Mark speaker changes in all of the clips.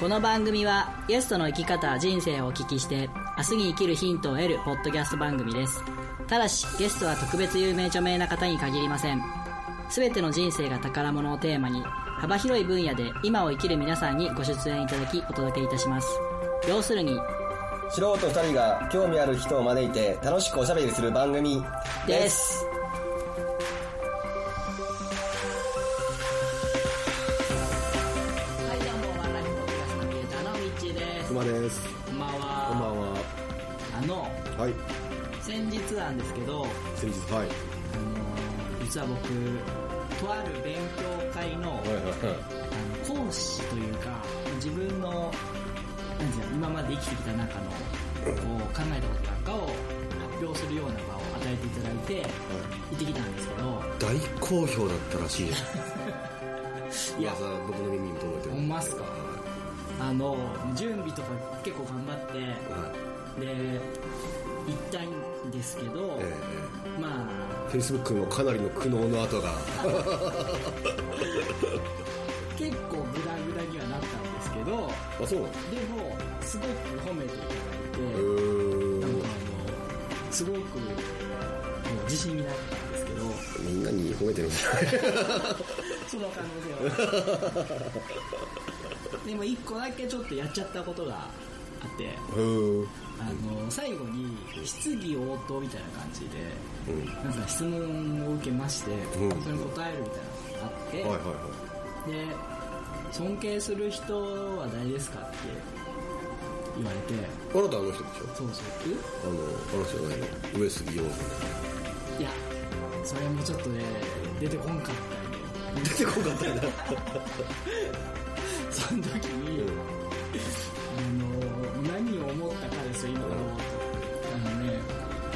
Speaker 1: この番組はゲストの生き方人生をお聞きして明日に生きるヒントを得るポッドキャスト番組ですただしゲストは特別有名著名な方に限りません全ての人生が宝物をテーマに幅広い分野で今を生きる皆さんにご出演いただきお届けいたします要するに
Speaker 2: 素人2人が興味ある人を招いて楽しくおしゃべりする番組
Speaker 1: ですはいどうもワンライフポッドキャストのクリエイターのみっちーです
Speaker 3: 熊です。
Speaker 1: こんばんは
Speaker 3: こんばんは。
Speaker 1: あの
Speaker 3: はい。
Speaker 1: 先日なんですけど
Speaker 3: 先日、は
Speaker 1: あ
Speaker 3: い。
Speaker 1: の実は僕とある勉強会の
Speaker 3: はいは
Speaker 1: あの講師というか自分のなんですか今まで生きてきた中のこう考えたことなんかを発表するような場を与えていただいて行ってきたんですけど
Speaker 3: い。大好評だったらしい です。
Speaker 1: いや
Speaker 3: 噂僕の耳に届いてる。
Speaker 1: ほんまっすかあの準備とか結構頑張っ
Speaker 3: は
Speaker 1: てで行ったんですけど
Speaker 3: い。え
Speaker 1: まあ
Speaker 3: え。Facebook のかなりの苦悩の後が。
Speaker 1: 結構グダグダにはなったんですけどでも
Speaker 3: あ、そうな の
Speaker 1: すごく褒めていただいて、
Speaker 3: う
Speaker 1: なん
Speaker 3: ー
Speaker 1: かあのすごくもう自信になったんですけど
Speaker 3: ん。みんなに褒めてるんじゃない
Speaker 1: その可能性はでも一個だけちょっとやっちゃったことがあって
Speaker 3: うん。うん。
Speaker 1: あの最後に質疑応答みたいな感じでなんか質問を受けまして、
Speaker 3: うん
Speaker 1: それに答えるみたいなのがあって、
Speaker 3: はいはいは
Speaker 1: で尊敬する人は誰ですかって言われて
Speaker 3: い。あなたあの人でしょ
Speaker 1: そうそう
Speaker 3: あの、あの人じゃないの上杉洋
Speaker 1: いやそれもちょっとね出てこんかったんで
Speaker 3: 出てこなかったよな。
Speaker 1: その時に、あの何を思ったかですよ今の、あのね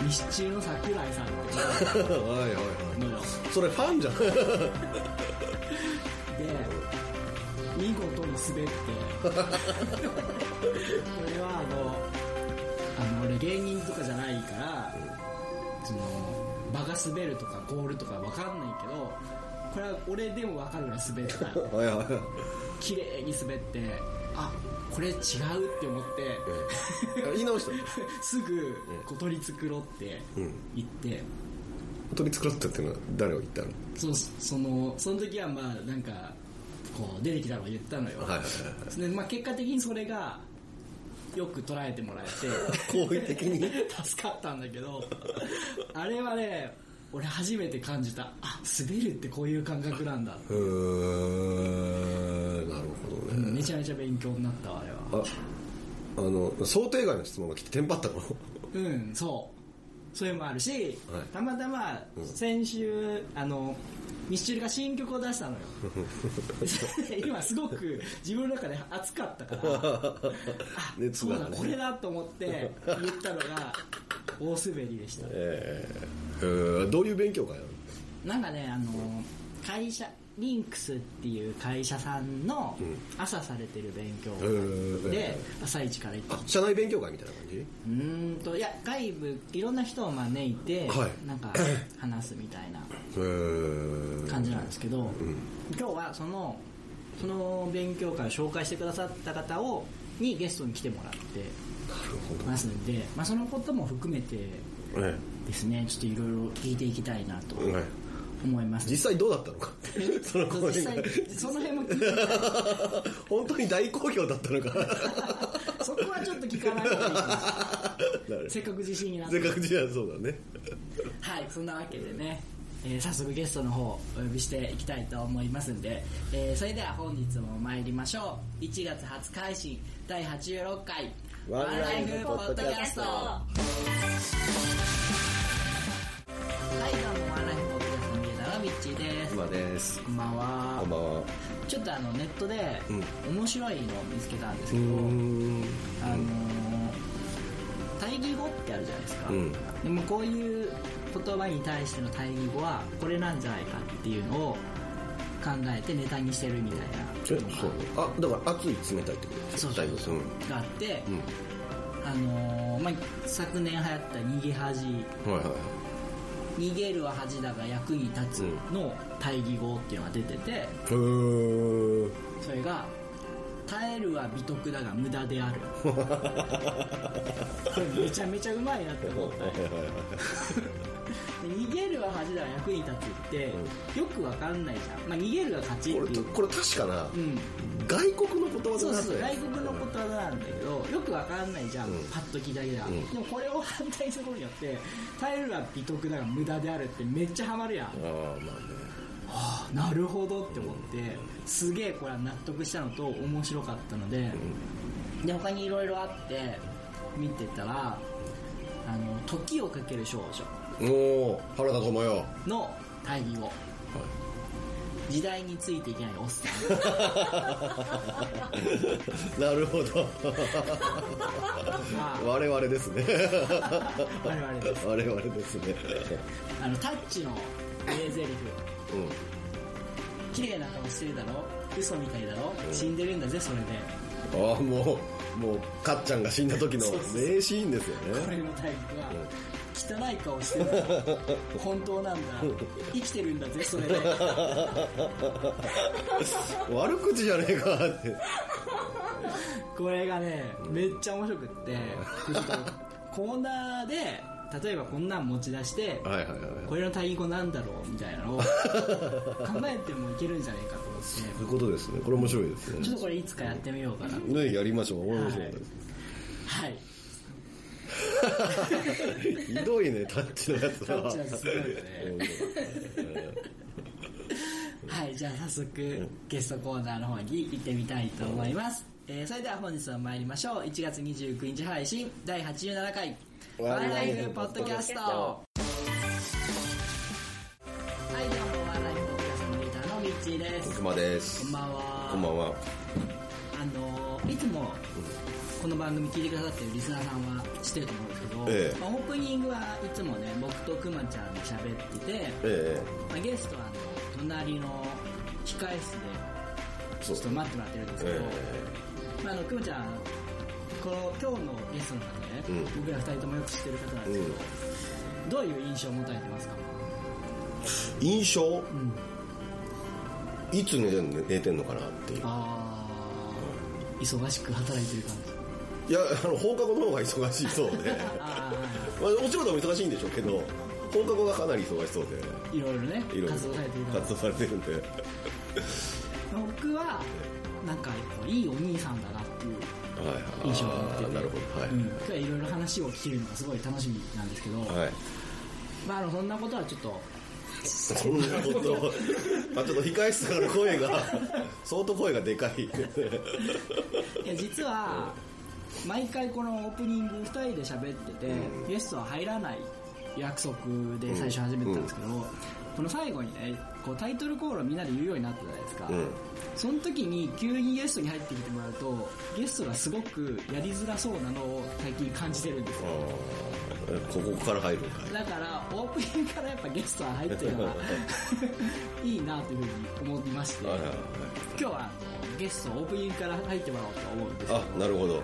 Speaker 1: 西中の桜井さんって方
Speaker 3: はいはいは
Speaker 1: なのよ
Speaker 3: い。それファンじゃん。
Speaker 1: で見事に滑ってこれはあのあの俺芸人とかじゃないからその場が滑るとかゴールとか分かんないけどこれは俺でも分かるぐらい滑った
Speaker 3: はいはいはい。
Speaker 1: 綺麗に滑ってあこれ違うって思って
Speaker 3: ええ言い直した。
Speaker 1: すぐこう取り繕って行って、
Speaker 3: 取り繕ったっていうのは誰を言ったの
Speaker 1: そそのその時はまあなんかこう出てきたの言ったのよ、
Speaker 3: はいはいはい。
Speaker 1: でまあ、結果的にそれがよく捉えてもらえ
Speaker 3: 好意的に
Speaker 1: て 助かったんだけどあれはね俺初めて感じたあ滑るってこういう感覚なんだ
Speaker 3: うーんなるほどね、
Speaker 1: めちゃめちゃ勉強になったわあれは
Speaker 3: ああの想定外の質問が来てテンパったの
Speaker 1: うんそうそれもあるし、
Speaker 3: はい
Speaker 1: たまたま先週、あのミスチルが新曲を出 したのよ今すごく自分の中で熱かった からあ
Speaker 3: 熱
Speaker 1: そう
Speaker 3: が
Speaker 1: だ
Speaker 3: ね
Speaker 1: これだと思って言ったのが大滑りでした
Speaker 3: ええーどういう勉強会なの
Speaker 1: なんかねあの会社リンクスっていう会社さんの朝されてる勉強
Speaker 3: へー
Speaker 1: で朝一から行った
Speaker 3: あ社内勉強会みたいな感じ
Speaker 1: うーんといや外部いろんな人を招いて、
Speaker 3: はい
Speaker 1: なんか話すみたいな
Speaker 3: えー
Speaker 1: 感じなんですけど、今日はそのその勉強会を紹介してくださった方をにゲストに来てもらって
Speaker 3: なるほど、
Speaker 1: ますんで、まあ、そのことも含めて
Speaker 3: え
Speaker 1: ですねちょっといろいろ聞いていきたいなと
Speaker 3: えはい
Speaker 1: 思います、
Speaker 3: 実際どうだったのか その講
Speaker 1: 実
Speaker 3: 演
Speaker 1: 際
Speaker 3: 会
Speaker 1: その辺も聞いて
Speaker 3: 本当に大好評だっ たのか
Speaker 1: そこはちょっと聞かない方が
Speaker 3: なる
Speaker 1: いいせっかく自信になっ
Speaker 3: せ
Speaker 1: て
Speaker 3: っかくじゃあそうだね
Speaker 1: はいそんなわけでね、えー早速ゲストの方お呼びしていきたいと思いますんで、えーそれでは本日も参りましょう1月20日配信第86回
Speaker 2: ワンライフポッドキャスト
Speaker 1: はいどうもワンライフポッドキャストのリーダーのみっちーです
Speaker 3: 今です
Speaker 1: こんばんは
Speaker 3: こんばんは
Speaker 1: ちょっとあのネットで面白いのを見つけたんです
Speaker 3: う
Speaker 1: けど、
Speaker 3: ん
Speaker 1: あのー対義語ってあるじゃないですか、
Speaker 3: うん
Speaker 1: でもこういう言葉に対しての対義語はこれなんじゃないかっていうのを考えてネタにしてるみたいな
Speaker 3: えそう
Speaker 1: のが
Speaker 3: あだから熱い冷たいってことでし
Speaker 1: そ
Speaker 3: ょ
Speaker 1: うそう
Speaker 3: 大丈夫うん
Speaker 1: があって、
Speaker 3: うん
Speaker 1: あのーまあ、昨年流行った「逃げ恥」
Speaker 3: はいはいは
Speaker 1: 「
Speaker 3: い
Speaker 1: 逃げるは恥だが役に立つ」の対義語っていうのが出てて
Speaker 3: うーん
Speaker 1: それが耐えるは美徳だが無駄であるこ れめちゃめちゃうまいなって思った逃げるは恥だが役に立つって、よくわかんないじゃん、まあ、逃げるが勝ちって
Speaker 3: これ
Speaker 1: いう
Speaker 3: これ確かな、
Speaker 1: うん
Speaker 3: 外国のことわざ
Speaker 1: そう
Speaker 3: だった
Speaker 1: そう
Speaker 3: よ
Speaker 1: 外国のことわざなんだけどよくわかんないじゃん、パッと聞いただけだ、でもこれを反対することによって耐えるは美徳だが無駄であるってめっちゃハマるやん、
Speaker 3: ああまあね
Speaker 1: あなるほどって思ってすげえこれは納得したのと面白かったので、で他にいろいろあって見てたら「あの時をかける少女
Speaker 3: おお原田智よ」
Speaker 1: の対義語時代についていけないおっさん
Speaker 3: なるほど
Speaker 1: まあ
Speaker 3: 我々ですね
Speaker 1: 我々です
Speaker 3: 我々ですね
Speaker 1: あのタッチの名台詞
Speaker 3: うん
Speaker 1: 綺麗な顔してるだろ嘘みたいだろ死んでるんだぜそれで
Speaker 3: ああもうもうかっちゃんが死んだ時の
Speaker 1: そうそう
Speaker 3: 名シーンですよ
Speaker 1: これ
Speaker 3: ね
Speaker 1: のタイプは汚い顔してるだろ本当なんだ生きてるんだぜそれで
Speaker 3: 悪口じゃねえかって
Speaker 1: これがねめっちゃ面白くってちょっとコーナーで例えばこんなん持ち出して
Speaker 3: はいはいはい
Speaker 1: これの対義語なんだろうみたいなのを考えてもいけるんじゃないかと思
Speaker 3: そういうことですねこれ面白いです
Speaker 1: ってちょっ
Speaker 3: ね
Speaker 1: とこれいつかやってみようかな
Speaker 3: ねやりましょう面白いです、
Speaker 1: はい
Speaker 3: ひどいねタッチのやつ
Speaker 1: タッ
Speaker 3: は
Speaker 1: チのやつすごいよねはいじゃあ早速ゲストコーナーの方に行ってみたいと思います、えーそれでは本日は参りましょう1月29日配信第87回ワンライフポッドキャストはい、どうも、ワンライフポッドキャストのリーダーのみっちーです。
Speaker 3: 熊で
Speaker 1: こ
Speaker 3: す
Speaker 1: んばんは。
Speaker 3: こんばんは
Speaker 1: あのー、いつも、この番組聞いてくださってるリスナーさんは知ってると思うんですけど、
Speaker 3: ええ
Speaker 1: まあ、オープニングはいつもね、僕とくまちゃんで喋ってて、
Speaker 3: え
Speaker 1: まあ、ゲストは、あの、隣の控え室で、
Speaker 3: え
Speaker 1: ち
Speaker 3: そ
Speaker 1: ょ
Speaker 3: う
Speaker 1: っと待ってもらってるんですけど、
Speaker 3: え
Speaker 1: まあ、あの、くまちゃん、この今日のゲストの中で、ね
Speaker 3: うん
Speaker 1: 僕ら二人ともよく知ってる方なんですけど、どういう印象を持たれてますか、
Speaker 3: え印象
Speaker 1: うん、
Speaker 3: いつ寝てんの寝てんのかなっていう
Speaker 1: あー忙しく働いてる感 じ
Speaker 3: いやあの放課後の方が忙しそう で
Speaker 1: あ
Speaker 3: まあお仕事も忙しいんでしょうけど放課後がかなり忙しそう
Speaker 1: あいろいろね
Speaker 3: でいろいろ
Speaker 1: 活動されてるから
Speaker 3: 活動されてるんで
Speaker 1: 僕はなんかいいお兄さんだなっていう、
Speaker 3: はいはい
Speaker 1: 印象があって
Speaker 3: あーなるほどはい、
Speaker 1: うん、今日はいろいろ話を聞けるのがすごい楽しみなんですけど、
Speaker 3: はい
Speaker 1: まあ、あのそんなことはちょっと
Speaker 3: そんな ことあちょっと控え室から声が相当声がでかい
Speaker 1: いや実は毎回このオープニング2人で喋ってて、ゲストは入らない約束で最初始めてたんですけど、この最後にねこうタイトルコールをみんなで言うようになったじゃないですか、
Speaker 3: うん
Speaker 1: その時に急にゲストに入ってきてもらうとゲストがすごくやりづらそうなのを最近感じてるんです
Speaker 3: あ
Speaker 1: よ
Speaker 3: ーここから入るんかい
Speaker 1: だからオープニングからやっぱゲストは入ってるの がいいなというふうに思いまして
Speaker 3: はい
Speaker 1: 今
Speaker 3: はいはい
Speaker 1: 日はあのゲストオープニングから入ってもらおうと思うんですけど
Speaker 3: あなるほ ど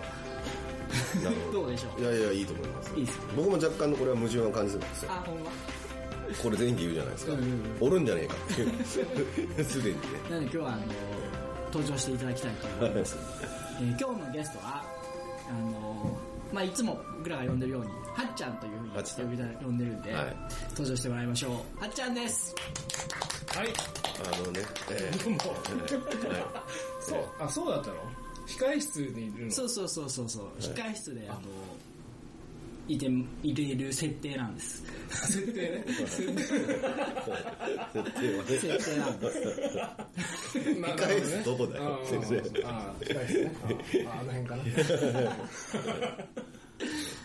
Speaker 3: なるほ
Speaker 1: どうでしょう
Speaker 3: いやいやいいと思います
Speaker 1: いいですか
Speaker 3: 僕も若干のこれは矛盾を感じてるんですよ
Speaker 1: あほんま
Speaker 3: これ前期言うじゃないですか、
Speaker 1: うんうんうん
Speaker 3: おるんじゃねえかっ ていうすでにね
Speaker 1: なので今日はあの登場していただきたいと思います、えー今日のゲストはあのまあ、いつも僕らが呼んでるようにはっちゃんというふうに
Speaker 3: はっちゃん
Speaker 1: 呼びだ呼んでるんで、
Speaker 3: はい
Speaker 1: 登場してもらいましょうはっちゃんです
Speaker 4: はい、
Speaker 3: あのね、え
Speaker 4: どうも。
Speaker 3: ーはい
Speaker 4: そう、あ、そうだったの控え室にいるの。
Speaker 1: そうそうそうそうそう控え室であのいていれる設定なんです
Speaker 4: 設定ね。
Speaker 3: 設定はね
Speaker 1: 設定なん です
Speaker 4: 控
Speaker 3: 控え室どこだよ設定
Speaker 4: あー控え室ね あー、あの辺かな。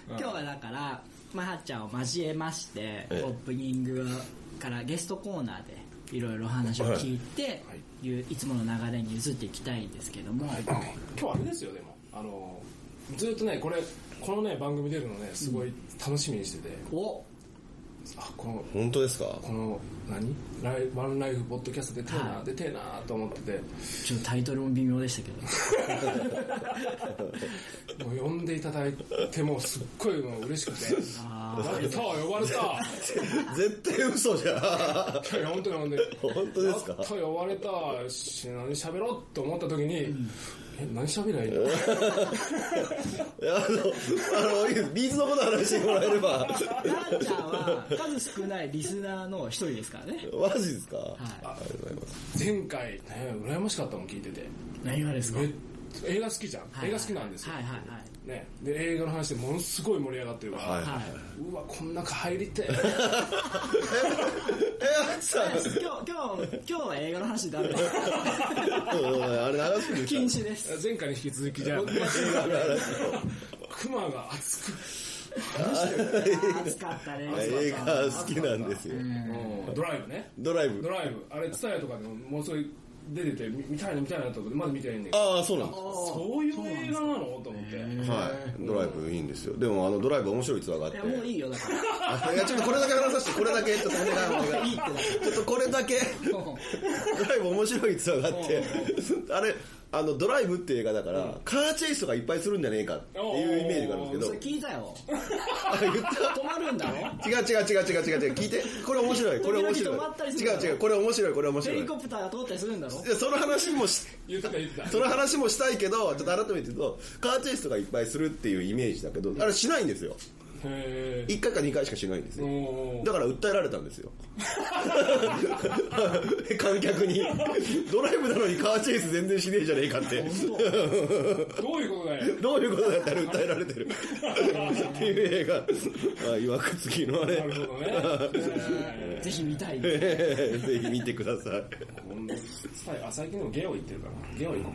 Speaker 1: 今日はだから、まあ、はっちゃんを交えまして、
Speaker 3: え
Speaker 1: オープニングからゲストコーナーでいろいろお話を聞いて、い、ういつもの流れに移っていきたいんですけども、
Speaker 4: 今日あれですよ、でも。あの、ずっとね、これ、このね、番組出るのね、すごい楽しみにしてて。
Speaker 1: お
Speaker 4: あ、この、
Speaker 3: 本当ですか
Speaker 4: この、何ライワンライフポッドキャスト出てえな、出てえなと思ってて。
Speaker 1: ちょっとタイトルも微妙でしたけど
Speaker 4: もう呼んでいただいてもうすっごいもう嬉しくて
Speaker 1: あ
Speaker 4: ラビット呼ばれた
Speaker 3: 絶対 嘘じゃん。
Speaker 4: いや本当に本当に
Speaker 3: 本当ですか
Speaker 4: ラビット呼ばれたし何喋ろうって思った時に、え何喋りゃいいの
Speaker 3: いやあの、あの、ビーズのこと話してもらえれば。
Speaker 1: ランちゃんは数少ないリスナーの一人ですからね。
Speaker 3: マジですか、ありがとうございます。
Speaker 4: 前回ね羨ましかったもん聞いてて
Speaker 1: 何がですか
Speaker 4: めっ映画好きじゃん映画好きなんですよ、
Speaker 1: はいはいはい。
Speaker 4: ね、で映画の話でものすごい盛り上がってるから、
Speaker 3: はい。
Speaker 1: はい。
Speaker 4: うわこん中入りて え
Speaker 3: え、あっさん。
Speaker 1: 今日、今日、今日は映画の話ダ メです。
Speaker 3: うんあれ流してくれ
Speaker 1: 禁止です。
Speaker 4: 前回に引き続きじゃあクマが熱く
Speaker 1: 暑かったね。
Speaker 3: 映画好きなんですよ。
Speaker 4: ドライブね
Speaker 3: ドライブ
Speaker 4: ド。ライブあれ伝えとかでももうそれ出ててみ見たいな見たいなと思ってまだ見てないんだけど
Speaker 3: ああ、そうなんです。
Speaker 4: そういう映画なのと思って
Speaker 3: はい。ドライブいいんですよ。でも、あの、ドライブ面白い逸話があっ
Speaker 1: い
Speaker 3: て。
Speaker 1: や、もういいよ、だから。
Speaker 3: あいや、ちょっとこれだけ話させて、これだけ、ちょっとお願いお願い。ちょっとこれだけ。ドライブ面白い逸話があって、あれ、あの、ドライブって映画だから、カーチェイスとかいっぱいするんじゃねえかっていうイメージがあるんです
Speaker 1: それ
Speaker 3: けど、
Speaker 1: 聞いたよ。
Speaker 3: あ、言った
Speaker 1: 止まるんだろ
Speaker 3: 違う違う違う違う違う違う聞いてこれ 面白いこれ面白
Speaker 1: 時々
Speaker 3: い
Speaker 1: 止まったりする
Speaker 3: 違う違うこれ面白いこれ面
Speaker 1: ヘ
Speaker 3: 白い
Speaker 1: リコプターが通ったりするんだろ
Speaker 3: いやその話もし
Speaker 4: 言ってた言ってた
Speaker 3: その話もしたいけどちょっと改めて言うとカーチェイスとかいっぱいするっていうイメージだけどあれしないんですよ
Speaker 4: へ
Speaker 3: 1回か2回しかしないんです
Speaker 4: え
Speaker 3: よ
Speaker 4: も
Speaker 3: だから訴えられたんですよ観客にドライブなのにカーチェイス全然しねえじゃねえかって
Speaker 4: うどういうことだよ
Speaker 3: どういうことだったら訴えられてるっていう 映画まあ岩くつきのあれ
Speaker 4: なるほどねへ
Speaker 1: ぜひ見たい。
Speaker 3: え ーぜひ見てください。
Speaker 4: えほんと伝えあ最近でもゲオ行ってるからゲオ行こ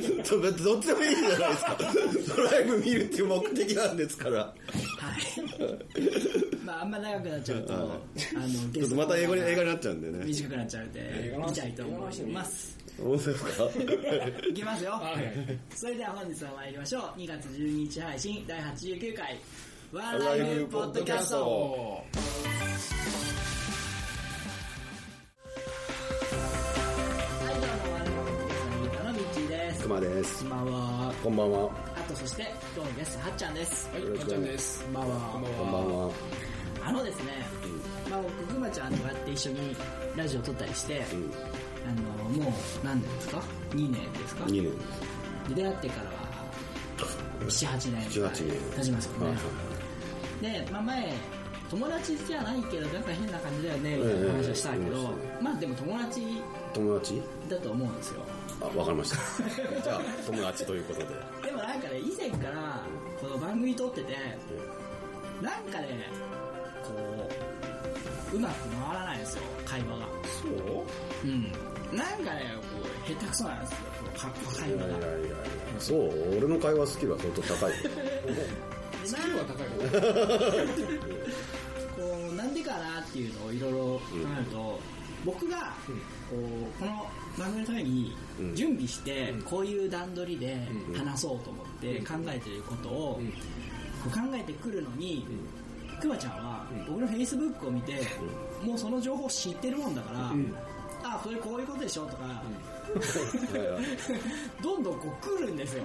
Speaker 4: う今度
Speaker 3: ちょっとどっちでもいいじゃないですか。ドライブ見るっていう目的なんですから。
Speaker 1: まあ、あんま長くなっちゃうと、あの、
Speaker 3: ちょっとまた英語に映画になっちゃうんでね。
Speaker 1: 短くなっちゃうんで、見たいと思います。
Speaker 3: 思うんですか
Speaker 1: いきますよ。
Speaker 4: はい
Speaker 1: それでは本日は参りましょう。2月12日配信第89回、ワンライフポッドキャスト。
Speaker 4: お
Speaker 1: はい、どうもワンライフポッドキャストのミカのみっちーです。
Speaker 3: 熊で
Speaker 1: こ
Speaker 3: す。
Speaker 1: んばんは。
Speaker 3: こんばんは。
Speaker 1: あとそして、今日のゲスト、はっちゃんです。
Speaker 4: はい
Speaker 3: よ
Speaker 4: お
Speaker 3: ろ
Speaker 4: っ
Speaker 3: しく
Speaker 4: ちゃんです
Speaker 1: こんばんは
Speaker 4: こんばん
Speaker 3: こんばん
Speaker 4: は
Speaker 3: は。
Speaker 1: あのですね、まあ、僕、ぐまちゃんとこうやって一緒にラジオ撮ったりして、
Speaker 3: ん
Speaker 1: あの、もう何年ですか ?2 年ですか
Speaker 3: 2年
Speaker 1: で出会ってからは、7、8年。
Speaker 3: 7 8年
Speaker 1: 経ちますよね。
Speaker 3: はい
Speaker 1: で、まあ、前友達じゃないけどなんか変な感じだよねみたいな話をしたけど、
Speaker 3: ええええそう
Speaker 1: まあでも友達
Speaker 3: 友達
Speaker 1: だと思うんですよ
Speaker 3: あ、わかりました。 じゃあ、友達ということで。
Speaker 1: でもなんかね以前からこの番組撮っててなんかねこううまく回らないんですよ会話が
Speaker 3: そ
Speaker 1: う
Speaker 3: う
Speaker 1: んなんかねこう下手くそなんですよこのか会
Speaker 3: いや
Speaker 1: 話
Speaker 3: いや
Speaker 1: が
Speaker 3: い
Speaker 1: で
Speaker 3: やそう、俺の会話スキルは相当高い。
Speaker 1: な
Speaker 4: 今高いから
Speaker 1: こうなんでかなっていうのをいろいろ考えると、僕がこうこの番組のために
Speaker 3: うん
Speaker 1: 準備してこういう段取りで話そうと思って考えてることを
Speaker 4: ん
Speaker 1: こう考えてくるのにくまちゃんは僕のフェイスブックを見てもうその情報知ってるもんだから、あこれこういうことでしょとか、 どんどんこう来るん ですよ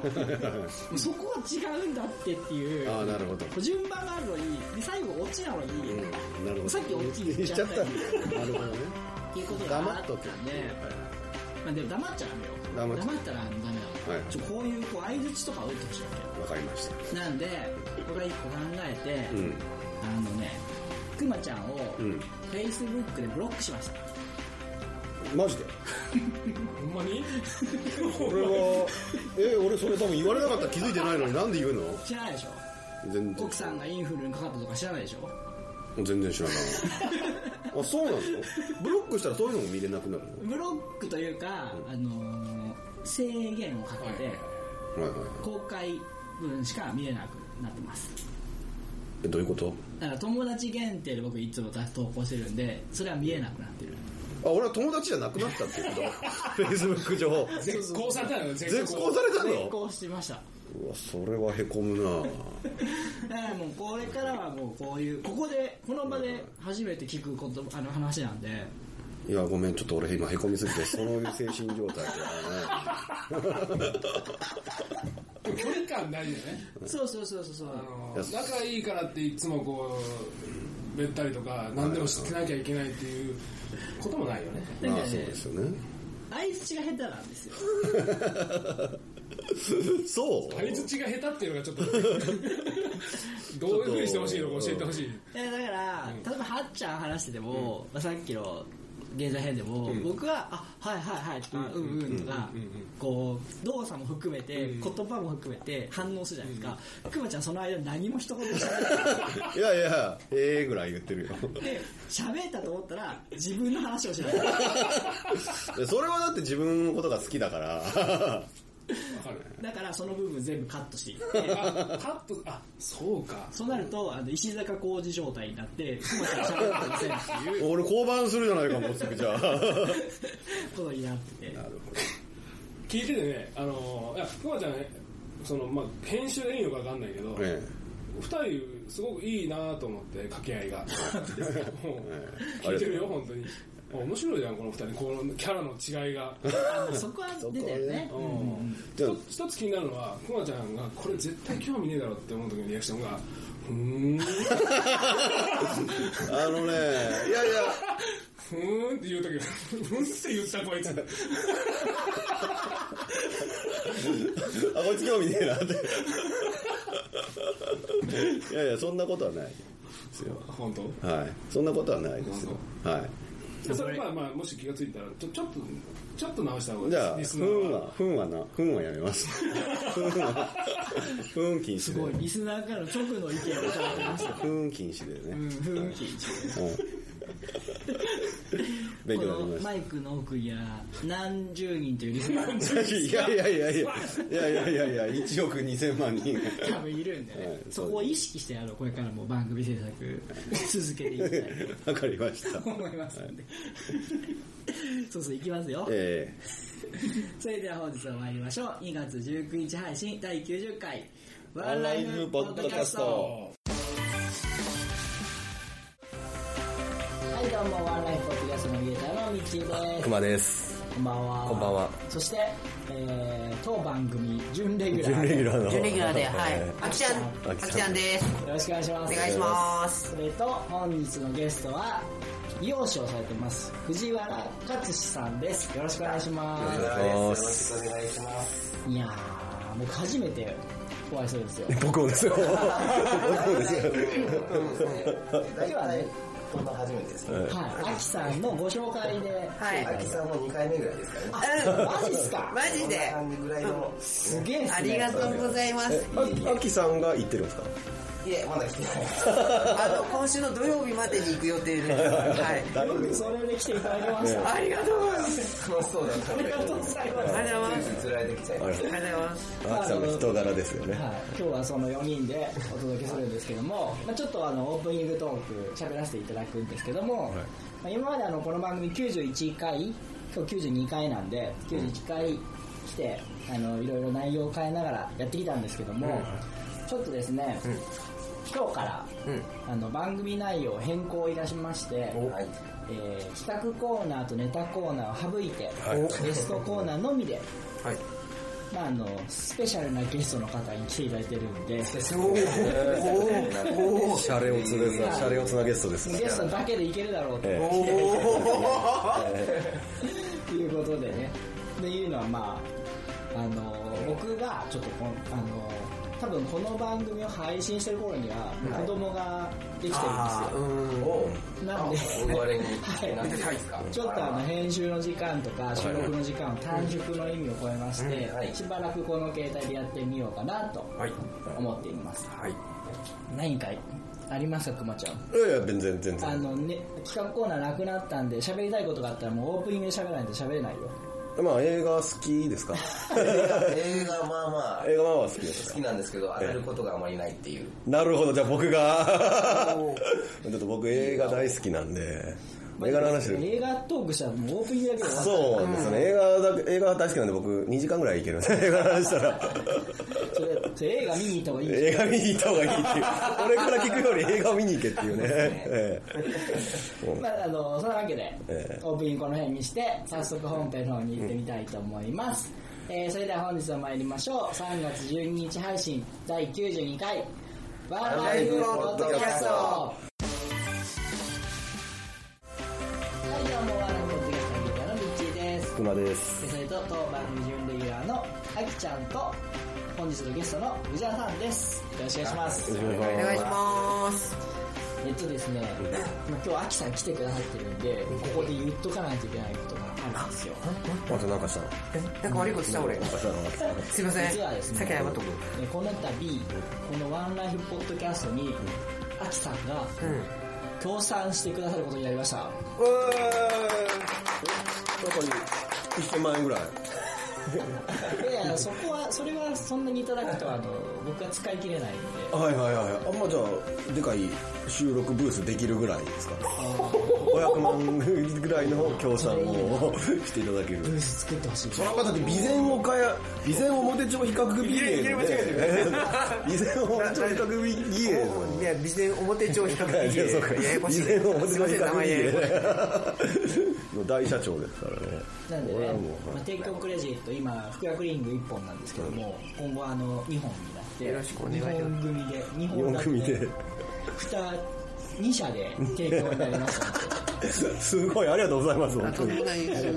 Speaker 1: そこは違うんだってっていう
Speaker 3: ああ、なるほど。
Speaker 1: 順番があるのにで最後オチなのに、
Speaker 3: うんなるほど。
Speaker 1: さっき大きい言っちゃ ったり
Speaker 3: なるほどね。
Speaker 1: っていうことが
Speaker 3: 黙
Speaker 1: あ
Speaker 3: っ
Speaker 1: っ
Speaker 3: と
Speaker 1: た
Speaker 3: け。
Speaker 1: んで、まあ、でも黙っちゃダメよ
Speaker 3: 黙っちゃ
Speaker 1: 黙ったらダメだ、
Speaker 3: はい
Speaker 1: ちょこういうこう相づちとか打ってほしいわ
Speaker 3: わかりました。
Speaker 1: けなんで僕が一個考えて、
Speaker 3: うん。
Speaker 1: あのねくまちゃんを
Speaker 3: うん。
Speaker 1: フェイスブックでブロックしました
Speaker 3: マジで
Speaker 4: ほんまに
Speaker 3: 俺は、 え、俺それ多分言われなかったら気づいてないのになんで言うの
Speaker 1: 知らないでしょ
Speaker 3: 全然
Speaker 1: 奥。さんがインフルにかかったとか知らないでし ょ
Speaker 3: 全然知らない。あ、そうなのブロックしたらそういうのも見れなくなる
Speaker 1: ブロックというか、あのー制限をかけて
Speaker 3: のはいはい。
Speaker 1: 公開分しか見れなくなってます
Speaker 3: え、どういうこと
Speaker 1: だから友達限定で僕いつも投稿してるんでそれは見えなくなってる
Speaker 3: あ、俺は友達じゃなくなったっていう こと。Facebook 上。
Speaker 4: 絶好されたのよ絶
Speaker 3: 絶好された
Speaker 1: 成
Speaker 3: の
Speaker 1: 功してました
Speaker 3: うわ、それはへこむな
Speaker 1: だからもうこれからはもうこういうここでこの場で初めて聞くことあの話なんで
Speaker 3: いや、ごめん、ちょっと俺今へこみすぎ て、そういう精神状態だね。
Speaker 4: 距離感感ないよね。
Speaker 1: そうそうそうそうそう
Speaker 4: あの仲いいからっていつもこう、べったりとか、何でもしてなきゃいけないっていうこともないよね。
Speaker 1: だけど
Speaker 3: そう
Speaker 1: ね
Speaker 3: ですよね。
Speaker 1: 相槌が下手なんですよ
Speaker 3: そう
Speaker 4: 相槌が下手っていうのがちょっ と、どういうふうにしてほしいのか教えてほしい。
Speaker 1: いやだから、例えばはっちゃん話してても、まあ、さっきの現在編でも、僕は「あはいはいはい」とか「うんうん」とか、こう動作も含めて、言葉も含めて反応するじゃないですか、くまちゃんその間何も一言もしない
Speaker 3: いやいや、ええぐらい言ってるよ。
Speaker 1: で喋ったと思ったら自分の話をしない
Speaker 3: それはだって自分のことが好きだから。
Speaker 4: わかる。
Speaker 1: だからその部分全部カットしていって
Speaker 4: あ、カット、あ、そうか。
Speaker 1: そうなるとあの石坂浩二状態になってくまちゃん喋ってま せんっていう
Speaker 3: 俺降板するじゃないか、もうすぐじゃあ。
Speaker 1: ことになってて
Speaker 4: 聞いててね、あの、いや、くまちゃんね、その、まあ、編集でいいのかわかんないけど、
Speaker 3: え
Speaker 4: 二人すごくいいなと思って掛け合 いがもう聞いてるよ本当に面白いじゃんこの二人このキャラの違いが、
Speaker 1: あそこは出たよね
Speaker 4: うん
Speaker 3: じゃあ
Speaker 4: 一つ一つ気になるのはくまちゃんがこれ絶対興味ねえだろって思う時のリアクションが「ふーん
Speaker 3: あのね、いやいや、
Speaker 4: ふーん」って言う時が「ふーん」って言ったこいつ
Speaker 3: あ、こいつ興味ねえなって。いやいや、そんなことはないですよ。
Speaker 4: 本当
Speaker 3: はい。そんなことはないですよ。は
Speaker 4: でそれまあまあもし気がついたらちょちょっとちょっと直した方がい
Speaker 3: い。
Speaker 4: い
Speaker 3: じ
Speaker 4: です
Speaker 3: ゃあ、
Speaker 4: リス
Speaker 3: ふ
Speaker 4: ナー
Speaker 3: んは、ふんはな、ふんはやめます。ふんは、ふん禁止
Speaker 1: すごい
Speaker 3: で。
Speaker 1: リスナーからの直の意見をいただきました
Speaker 3: ふん禁止でね。
Speaker 1: 雰囲気
Speaker 3: うん勉
Speaker 1: こ
Speaker 3: 強にな
Speaker 1: の
Speaker 3: りました
Speaker 1: マイクの奥には何十人というリスナーが
Speaker 3: いやいやいやいや、いやいやいやいや、1億2000万人。
Speaker 1: 多分いるんでね、
Speaker 3: はい
Speaker 1: そこを意識してあのこれからも番組制作続けていきたい
Speaker 3: わかりました
Speaker 1: と。思いますんで、そうそういきますよ
Speaker 3: え
Speaker 1: それでは本日は参りましょう2月19日配信第90回
Speaker 3: え
Speaker 1: ワンライフポッドキャスト。はいどうもワンライフポッドキャストのミゲーターのみっちーです
Speaker 2: 熊です。
Speaker 1: こんばんは
Speaker 2: こんばんは
Speaker 1: そして、えー、当番組準レギュラ
Speaker 2: 準
Speaker 1: ー
Speaker 2: レギュラーの。
Speaker 5: 準レギュラーで、はい。あきちゃん、
Speaker 2: あ
Speaker 5: あ
Speaker 2: きちゃん
Speaker 5: きちゃんです。
Speaker 1: よろしくお願いしま
Speaker 5: お
Speaker 1: す
Speaker 5: 願いします。
Speaker 1: それと本日のゲストは容姿をされてます藤原克史さんですよろしくお願いします
Speaker 2: よろしくお願いし
Speaker 1: いやー僕初めてお会いするんです よ
Speaker 2: ます。僕もですよ。僕もですよ。
Speaker 1: 今日はね
Speaker 6: こんな初めてですね。
Speaker 1: はいアキさんのご紹介で
Speaker 5: はい。
Speaker 6: 秋さんも2回目ぐらいですかね。
Speaker 5: うん
Speaker 1: マジっすか
Speaker 5: マジで。
Speaker 6: こんな感じぐらいの。
Speaker 1: すげえっすね
Speaker 5: ありがとうございます。
Speaker 2: ああきさんが言ってるんですか
Speaker 6: いえ、まだ来てない。
Speaker 5: あの、今週の土曜日までに行く予定です。はい。
Speaker 1: よくそれで来ていただきました
Speaker 5: ありがとうございます。
Speaker 6: 楽しそうだな。
Speaker 1: ありがとうございます
Speaker 5: ありがとうございます。
Speaker 6: つられてきちゃいまし
Speaker 5: ありがとうございます。
Speaker 2: あきさんの人柄ですよね。
Speaker 1: はい、今日はその4人でお届けするんですけども、まあ、ちょっとあのオープニングトーク喋らせていただくんですけども、まあ今まであのこの番組91回今日92回なんで91回来て、あのいろいろ内容を変えながらやってきたんですけども、ちょっとですね、今日から、あの番組内容を変更いたしまして、
Speaker 6: た。はい。
Speaker 1: えー企画コーナーとネタコーナーを省いて、ゲストコーナーのみで、
Speaker 6: はい
Speaker 1: まあ、あのスペシャルなゲストの方に来ていただいてるんで
Speaker 2: おシャレオツですな。シャレオツなゲストですね。
Speaker 1: ゲストだけでいけるだろうと
Speaker 2: ええ
Speaker 1: いうことでねっていうのはまああの僕がちょっとこんあの多分この番組を配信してる頃には子供ができてるんですよ、
Speaker 6: お
Speaker 1: なんで
Speaker 6: 大割れになってたんですか
Speaker 1: ちょっとあの編集の時間とか収録の時間を短縮の意味を超えまして、
Speaker 6: うんはい
Speaker 1: しばらくこの携帯でやってみようかなと
Speaker 6: はい。
Speaker 1: 思っています。
Speaker 6: はい。
Speaker 1: 何かありますか、くまちゃん。
Speaker 2: いやいや、全然全
Speaker 1: あ
Speaker 2: 然。
Speaker 1: のね、企画コーナーなくなったんで、喋りたいことがあったらもうオープニングで喋らないと喋れないよ。
Speaker 2: まあ、映画好きですか
Speaker 6: 映画、まあまあ、
Speaker 2: 映画まあまあ好きです
Speaker 6: 好
Speaker 2: か
Speaker 6: きなんですけど、当たることがあまりないっていう。
Speaker 2: なるほど、じゃあ僕が。 ちょっと僕映画大好きなんで、映画の話で。
Speaker 1: 映画トークしたらもうオープニングだけで終わ
Speaker 2: そうですね、映画だけ映画大好きなんで僕2時間ぐらいいけるん ですね映画の話したら
Speaker 1: るそれそれ映画見に行った方がいいよ
Speaker 2: 映画見に行った方がいいっていう俺から聞くより映画見に行けっていうねえ
Speaker 1: まあ、あのそんなわけで、
Speaker 2: ええ
Speaker 1: オープニングこの辺にして早速本編の方に行ってみたいと思います、えーそれでは本日も参りましょう3月12日配信第92回ワンライフポッドキャストはいどうもワンライフポッドキャストのリーダーのミッチーです
Speaker 3: 熊です。
Speaker 1: でそれと当番組準レギュラーのあきちゃんと本日のゲストの宇治原さんですよろしくお願いします
Speaker 3: お願い
Speaker 7: お願いします。
Speaker 1: えっとですね、まあ今日、アキさん来てくださってるんで、ここで言っとかないといけないことがあるんですよ。
Speaker 3: またなんかしたの
Speaker 7: えなんか悪いことした俺。すいません。
Speaker 1: 実はですね
Speaker 7: さっき謝っとく。
Speaker 1: えこの度、このワンライフポッドキャストに、アキさんが
Speaker 7: うん。
Speaker 1: 協賛してくださることになりました。
Speaker 3: うわーなんか1000万円ぐらい。
Speaker 1: いやいや、そこは、それはそんなにいただくと、あの、僕は使い切れないんで、
Speaker 3: はいはいはい。あんまじゃあ、でかい収録ブースできるぐらいですか500万ぐらいの協賛 をしていただける
Speaker 1: ブ。ース作ってほしい。
Speaker 3: その方って備前をかや、備前表帳比較美芸で、 備前表帳比較美芸の。
Speaker 7: いや、備前表帳比較
Speaker 3: いや
Speaker 7: 的。
Speaker 3: そうか。
Speaker 7: ややこしい。
Speaker 3: 備前表
Speaker 7: すいま
Speaker 3: 帳比
Speaker 7: せ
Speaker 3: 較美
Speaker 7: ん、名前や
Speaker 3: 芸
Speaker 7: やこしい。
Speaker 3: の大社長ですからね。
Speaker 1: なんで
Speaker 3: 俺
Speaker 1: ね
Speaker 3: はもう、
Speaker 1: まあ、提供クレジット、今、服薬リング1本なんですけども、今後はあの、2本になって、
Speaker 7: よろしくお願いします
Speaker 1: 2本組で、2本
Speaker 3: 4
Speaker 1: だけ
Speaker 3: 組で。
Speaker 1: 2, 2社で提供になりましたの
Speaker 3: すごい、ありがとうございます、本当に。
Speaker 1: で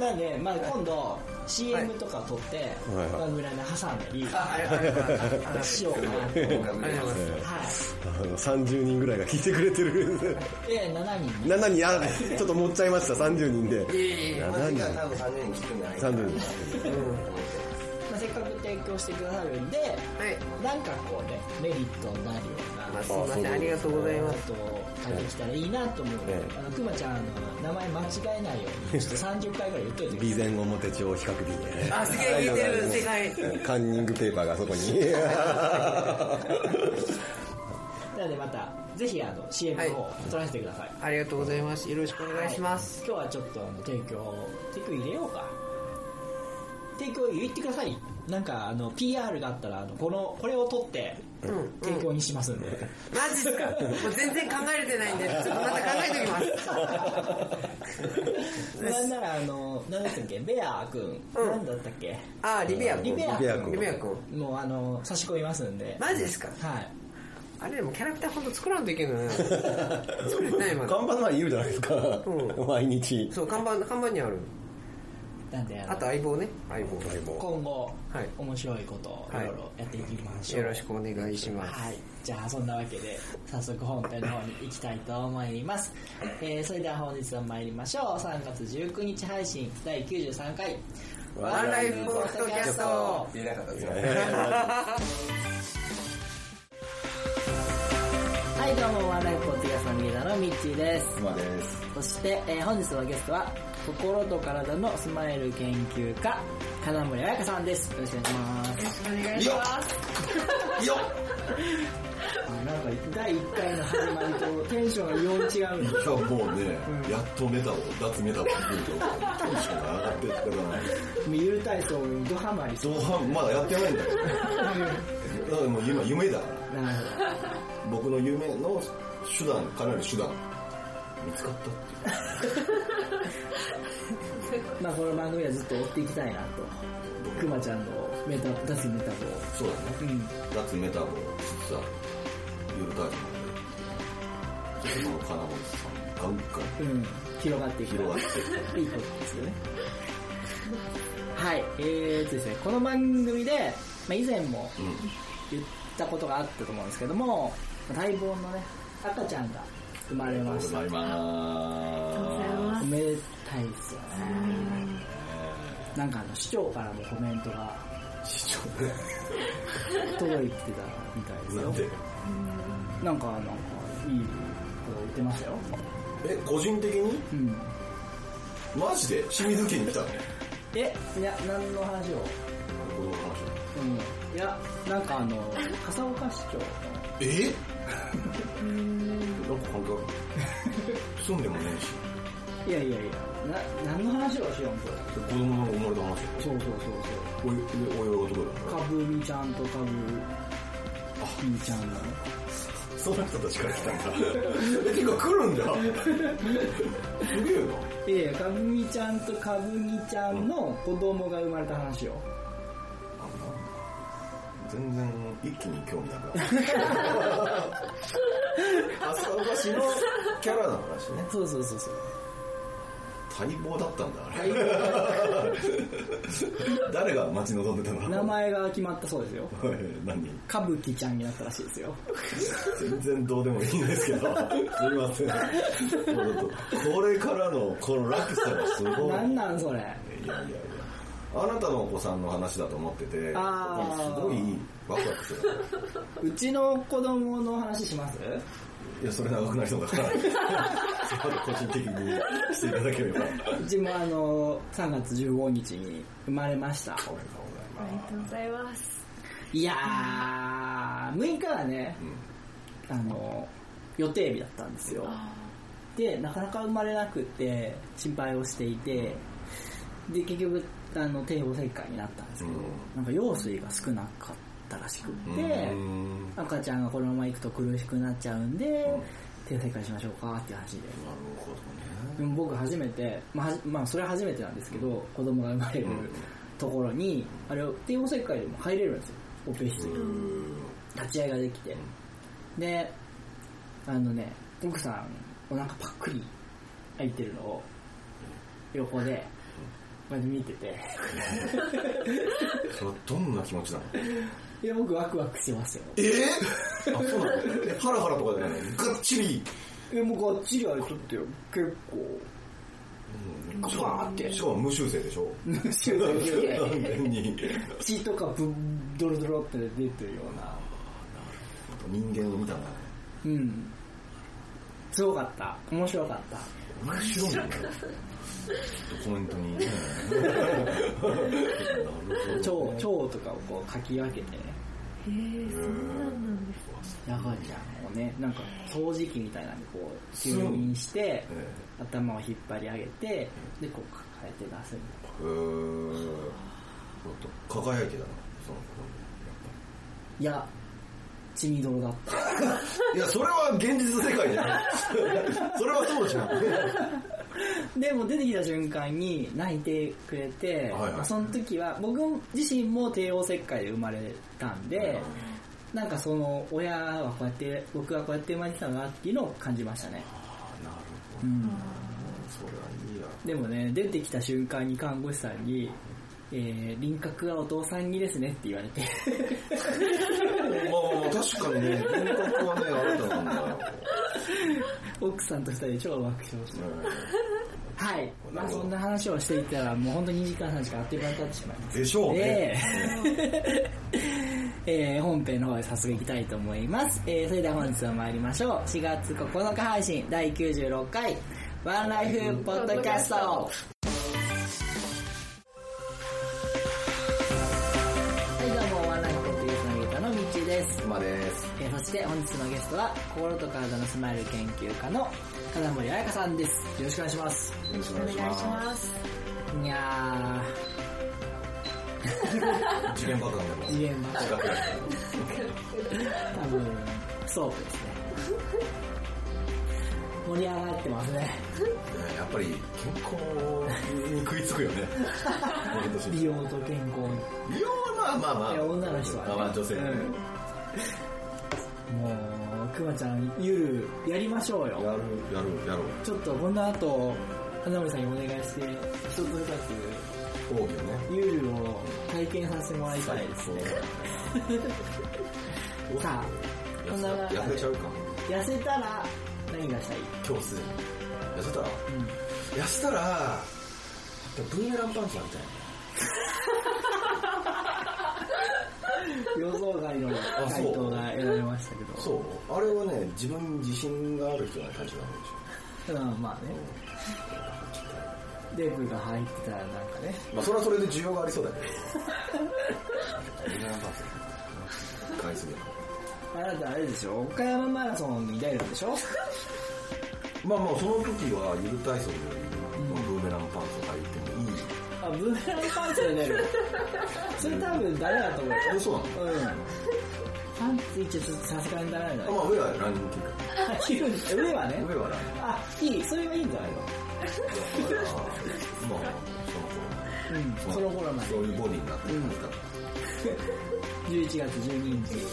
Speaker 1: なんで、まあ、今度 CM とか撮って
Speaker 3: はい
Speaker 1: 番組で挟んだり
Speaker 2: ありがとうございます
Speaker 1: しようかなと
Speaker 2: ありがとうございます
Speaker 1: は
Speaker 3: あの30人ぐらいが聞いてくれてる。
Speaker 1: いで7人ね
Speaker 3: 7人、あ、ちょっと持っちゃいました、30人で。7
Speaker 2: 次は
Speaker 3: 人。
Speaker 2: 多分30人聞くんじゃないかな
Speaker 3: 30人。
Speaker 1: まあ、せっかく提供してくださるんで、
Speaker 7: はい。
Speaker 1: なんかこうねメリットになるような
Speaker 7: まあ、すいません、ありがとうございます。
Speaker 1: ことを書いてきたらいいなと思うので
Speaker 3: ええ
Speaker 1: あのくまちゃんあの名前間違えないようにちょっと30回ぐらい言っといてください
Speaker 3: 備前表帳比較美芸。
Speaker 7: あ、すげえ、似てる、世界。
Speaker 3: カンニングペーパーがそこに。
Speaker 1: なのでまたぜひあの CM の方撮らせてください、
Speaker 7: ありがとうございます。よろしくお願いします。
Speaker 1: 今日はちょっとあの提供提供入れようか提供言ってくださいなんかあの PR があったらあのこのこれを取って
Speaker 7: うん、
Speaker 1: 提
Speaker 7: うん。
Speaker 1: 供にしますんで、
Speaker 7: マジっすかもう全然考えれてないんで、ちょっとまた考えておきます。
Speaker 1: なんならあの何だったっけベアー君、
Speaker 7: うん
Speaker 1: ん、何だったっけ
Speaker 7: あ、リベア君。
Speaker 1: リベア
Speaker 3: リベア君
Speaker 1: 君
Speaker 7: リベア君。
Speaker 1: もうあの差し込みますんで
Speaker 7: マジですか
Speaker 1: はい
Speaker 7: あれでもキャラクターほんと作らんといけん のね。作れてないまだ。
Speaker 3: 看板まで言うじゃないですか。
Speaker 7: うん
Speaker 3: 毎日。
Speaker 7: そう、看板、看板にある。
Speaker 1: なんであの
Speaker 7: あと相棒ね。相棒。
Speaker 1: 今後、
Speaker 7: はい
Speaker 1: 面白いことをいろいろやっていきましょう、
Speaker 7: よろしくお願いします。
Speaker 1: はい、じゃあそんなわけで早速本編の方に行きたいと思います、えーそれでは本日も参りましょう3月19日配信第93回
Speaker 7: ワンライフポッドキャスト。
Speaker 2: 言えなかったですよ
Speaker 1: はいどうもワンライフポッドキャストのリーダーのミッチーです
Speaker 6: 妻です。
Speaker 1: そして、えー本日のゲストは心と体のスマイル研究家金森彩香さんですよろしくお願いします
Speaker 7: お願いします。
Speaker 1: なんか第1回の始まりとテンションがより違うんです
Speaker 6: 今日もうね、やっとメタを、脱メタを聞くと、テンションが上がってるから、
Speaker 1: ゆる体操にドハマりす
Speaker 6: 同伴、まだやってないんだけど。だからもう今、夢だから。
Speaker 1: るなるほど
Speaker 6: 僕の夢の手段、かなり手段。見つかったっていう。
Speaker 1: まあこの番組はずっと追っていきたいなと。くまちゃんのメタ、出すメタボを。
Speaker 6: そうだね。
Speaker 1: うん。
Speaker 6: 脱メタボをしつつある。夜タイプで。ちょっとこの金森さん、ガンガン
Speaker 1: うん。広がっていく。
Speaker 6: 広がってる。
Speaker 1: いいことですよね。はい。えーとですね、この番組で、まあ以前も言ったことがあったと思うんですけども、待望のね、赤ちゃんが生まれました。おめでたいですよね。なんかあの、市長からもコメントが、市長届いてたみたいですよ。なんかあの、いいこと言ってましたよ。
Speaker 6: え、個人的に
Speaker 1: うん。
Speaker 6: マジで清水家に来たの
Speaker 1: え、いや、何の話を
Speaker 6: 子供の話
Speaker 1: うん。いや、なんかあ の、笠岡市長の、
Speaker 6: え なんか関係ある住んでもねえし。
Speaker 1: いやいやいや、な、何の話をしようんと。
Speaker 6: 子供の生まれた話。
Speaker 1: そうそうそう
Speaker 6: おい、おいおいがどこだ
Speaker 1: そう。かぶみちゃんとかぶピーちゃんの
Speaker 6: その人たちから来たんだ。え、てか来るんだ。すげえな。
Speaker 1: いやいやかぶみちゃんとかぶみちゃんの子供が生まれた話を
Speaker 6: 全然一気に興味なくな った。朝おかしのキャラの話ね。
Speaker 1: そうそうそうそう
Speaker 6: 待望だったんだ、あれ。 誰が待ち望んでたの
Speaker 1: 名前が決まったそうですよ
Speaker 6: おい何
Speaker 1: かぶきちゃんになったらしいですよ
Speaker 6: 全然どうでもいいんですけど。すいません。もうこれからのこの落差がすごい。
Speaker 1: なんなんそれ
Speaker 6: いやいやいや。あなたのお子さんの話だと思ってて、
Speaker 1: あー
Speaker 6: すごいワクワクする。
Speaker 1: うちの子供の話します
Speaker 6: いや、それ長くなりそうだから、それまた個人的にしていただければ。ありがとう
Speaker 1: うちもあの3月15日に生まれました
Speaker 6: ございま
Speaker 8: とうございます。
Speaker 1: いやー6日はね、あの予定日だったんですよでなかなか生まれなくって心配をしていてで結局あの帝王切開になったんですけど、
Speaker 6: うん
Speaker 1: なんか羊水が少なかったらしくって、
Speaker 6: す。うん
Speaker 1: 赤ちゃんがこのまま行くと苦しくなっちゃうんで、帝王切開しましょうかっていう話で
Speaker 6: なるほどね。
Speaker 1: でも僕初めて、まあ、はじまあそれは初めてなんですけど子供が生まれるところにあれ帝王切開でも入れるんですよオペ室に立ち会いができてであのね奥さんお腹パックリ開いてるのを横でこうやって見てて
Speaker 6: それはどんな気持ちなの
Speaker 1: いや僕ワクワクしてますよ
Speaker 6: えー、あ、そうなのえハラハラとかじゃないのがっちり。
Speaker 1: えもうがっちりあれとってよ結構
Speaker 6: ガーって。しかも無修正でしょ
Speaker 1: 無 修正で
Speaker 6: 完全に。
Speaker 1: 血とかぶドロドロって出てるような
Speaker 6: 人間を見たんだね。
Speaker 1: うんすごかった面白かった
Speaker 6: 面白いね。コメントに。なるほ
Speaker 1: 蝶
Speaker 6: ど。
Speaker 1: 蝶とかをこうかき分けて
Speaker 8: えー、そんなんなんです
Speaker 1: 赤ちゃんをねなんか掃除機みたいなのにこう吸引して
Speaker 6: え
Speaker 1: 頭を引っ張り上げてでこう抱えて出すみたい
Speaker 6: えー、ちょっと輝いてたな、その
Speaker 1: ないや血みどろだった
Speaker 6: いや、それは現実世界じゃない。それはそうじゃん。
Speaker 1: でも出てきた瞬間に泣いてくれて、
Speaker 6: はいはい
Speaker 1: まあその時は僕自身も帝王切開で生まれたんで、なんかその親はこうやって僕はこうやって生まれてたなっていうのを感じましたね、
Speaker 6: なるほ
Speaker 1: うん、
Speaker 6: ど。それはいいや。
Speaker 1: でもね出てきた瞬間に看護師さんに「えー、輪郭はお父さんにですね」って言われ て
Speaker 6: まあまあまあ、確かにね、本格はね、あなたなんだよ。
Speaker 1: 奥さんと二人で超爆笑してはい、まあ、
Speaker 6: なるほど
Speaker 1: そんな話をしていたらもう本当に2時間3時間あっという間に経ってしまいます
Speaker 6: でしょう
Speaker 1: で
Speaker 6: ね。、
Speaker 1: えー本編の方へ早速いきたいと思います、えーそれでは本日は参りましょう4月9日配信第96回ワンライフポッドキャストはいどうもワンライフポッドキャストのゲーターのみっちーです
Speaker 6: まです。
Speaker 1: えーそして本日のゲストは心と体のスマイル研究家の金森彩香さんですよろしくお願いします
Speaker 6: よろしくお
Speaker 8: お
Speaker 6: 願
Speaker 8: 願
Speaker 6: い
Speaker 8: い
Speaker 6: し
Speaker 8: し
Speaker 6: ま
Speaker 8: ます。
Speaker 1: いや
Speaker 6: す。次元爆弾でも
Speaker 1: ー。次元爆
Speaker 6: 近く
Speaker 1: 多分そうですね盛り上がってますね
Speaker 6: やっぱり健康に食いつくよ ね。この年
Speaker 1: 美容と健康
Speaker 6: 美容はまあまあまあ。
Speaker 1: いや女の人はね
Speaker 6: まあまあ女性ね。
Speaker 1: もうくまちゃんゆるやりましょうよ
Speaker 6: やる、やる、やろう。
Speaker 1: ちょっとこの後花森さんにお願いして一つ二
Speaker 6: 講義ね。
Speaker 1: つゆるを体験させてもらいたいですねさあこんな中で
Speaker 6: 痩せちゃうか。
Speaker 1: 痩せたら何がした い
Speaker 6: 今日すでに。痩せたら痩せたら、ブーメランパンチやりたいな。
Speaker 1: 予想外の回答が得られましたけど
Speaker 6: そう。あれはね、自分に自信がある人が感じなんでし
Speaker 1: た
Speaker 6: ょ
Speaker 1: だまあねデブが入ってたらなんかね
Speaker 6: う。まあ、それはそれで需要がありそうだ けど。ブーメランパンチ。 買いすぎだ
Speaker 1: あなたあれでしょ岡山マラソンに出るんでし ょ
Speaker 6: まあまあ、その時は、ゆる体操で、ブーメランパンチを履いてもいい。
Speaker 1: あブーメランパンツで出るそれ多分誰だと思うよ
Speaker 6: えそうなの
Speaker 1: うんパンツ一ちょっとさすがにならないの
Speaker 6: あまあ上はランニングキッ
Speaker 1: 着るんです上はね
Speaker 6: ク上はランニング
Speaker 1: あいいそれはいいんじゃないの
Speaker 6: キックだからまあ
Speaker 1: うんそ
Speaker 6: その頃
Speaker 1: の頃まで
Speaker 6: そういうボディになってるんですか
Speaker 1: 11月12日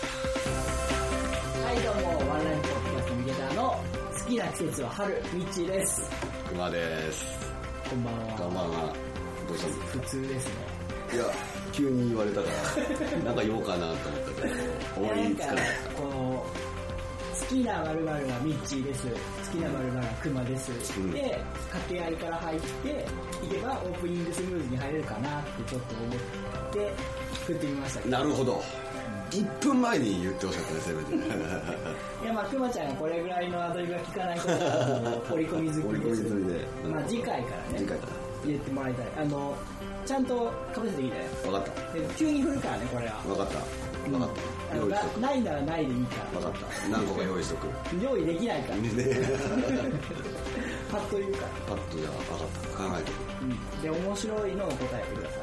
Speaker 1: はいどうもワンラインポッドキャストミゲターの好きな季節は春ミッチーです
Speaker 3: 熊です
Speaker 1: こんばん
Speaker 3: こん
Speaker 1: は
Speaker 3: ばんはどうしたんですか
Speaker 1: 普通ですね
Speaker 3: いや急に言われたからなんか言おうかなと思ったけど思いつかなかっ
Speaker 1: こう好きな〇〇はミッチーです好きな〇〇はクマです、
Speaker 3: うん
Speaker 1: で掛け合いから入っていけばオープニングスムーズに入れるかなってちょっと思って振ってみました
Speaker 3: たなるほど1分前に言ってほしかったねせめて
Speaker 1: いやまあクマちゃんがこれぐらいのアドリブが効かないことは折り込み済みです
Speaker 3: 折り込み済みで
Speaker 1: まあ次回からね
Speaker 3: 次回から
Speaker 1: 言ってもらいたいあのちゃんとかぶせていいだよ
Speaker 3: 分かった
Speaker 1: で急に振るからねこれは
Speaker 3: 分かった分かっ
Speaker 1: あ
Speaker 3: た
Speaker 1: の
Speaker 3: 用意し
Speaker 1: な
Speaker 3: とく
Speaker 1: ないならないでいいか
Speaker 3: 分かった何個か用意しとく
Speaker 1: ら用意できないから
Speaker 3: ね
Speaker 1: パッと言うから
Speaker 3: パッとじゃあ分かった考えてく
Speaker 1: うんで面白いのを答えてくださ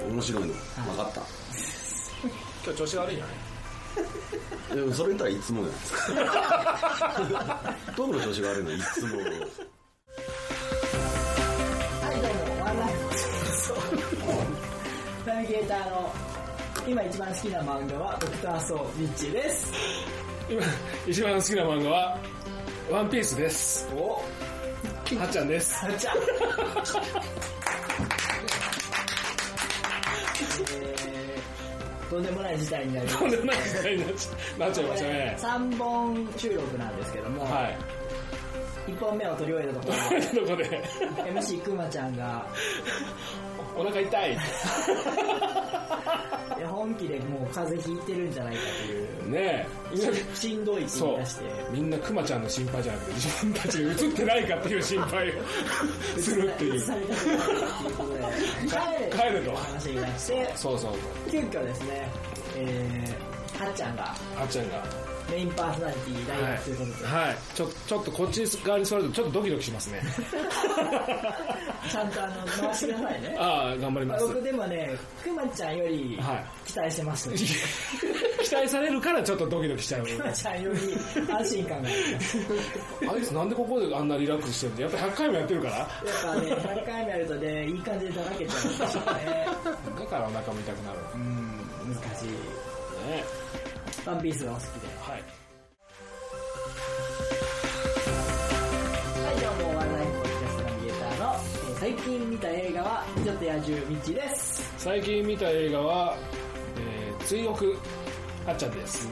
Speaker 1: い
Speaker 3: 面白いの
Speaker 1: い
Speaker 3: 分かっ
Speaker 4: 今日調子悪いんやね
Speaker 3: たでもそれ言ったらいつ もやトークの調子が悪いのいつも
Speaker 1: はいどうもワンライフナビゲーターの今一番好きな漫画はドクター・ソー・ミッチーです
Speaker 4: 今一番好きな漫画は「ワンピースです
Speaker 1: お
Speaker 4: はっちゃんです
Speaker 1: さちゃんえーとんでもない事態になりま
Speaker 4: と
Speaker 1: し
Speaker 4: んでもない時代になっちゃなっちゃいましたね
Speaker 1: た3本収録なんですけども、
Speaker 4: はい
Speaker 1: 1本目を取り終えたとこ
Speaker 4: これのとこで
Speaker 1: ろ MC くまちゃん が
Speaker 4: お腹痛い
Speaker 1: いや本気でもう風邪ひいてるんじゃないかという
Speaker 4: ねえ
Speaker 1: しんどいって言い出して
Speaker 4: みんなクマちゃんの心配じゃなくて自分たちに映ってないかっていう心配をするっていう
Speaker 1: されたくないっていうことで帰
Speaker 4: 帰
Speaker 1: る
Speaker 4: ると
Speaker 1: 話になって
Speaker 4: そうそう
Speaker 1: 急遽ですね、えー、はっちゃんが
Speaker 4: はっちゃんが
Speaker 1: メインパーソナリティ代
Speaker 4: は
Speaker 1: 役ということで、
Speaker 4: い、はい、ちょちょっとこっち側に座るとちょっとドキドキしますね
Speaker 1: ちゃんとあの回してくださいね
Speaker 4: ああ頑張ります
Speaker 1: 僕でもねくまちゃんより
Speaker 4: は
Speaker 1: 期待して ます、
Speaker 4: い期待されるからちょっとドキドキしちゃう
Speaker 1: くまちゃんより安心感があります
Speaker 4: あいつなんでここであんなリラックスしてるんでやっぱ100回もやってるから
Speaker 1: やっぱね100回目やるとねいい感じでだらけちゃうんですよね
Speaker 4: だからお腹も痛くなる
Speaker 1: うん難しい
Speaker 4: ね
Speaker 1: ワンピースがお好きで
Speaker 4: はい
Speaker 1: はい、どうも、ワンライフポッドキャストナビゲーターの、えー最近見た映画は、美女と野獣ミッチーです。
Speaker 4: 最近見た映画は、えー、追憶あっちゃんです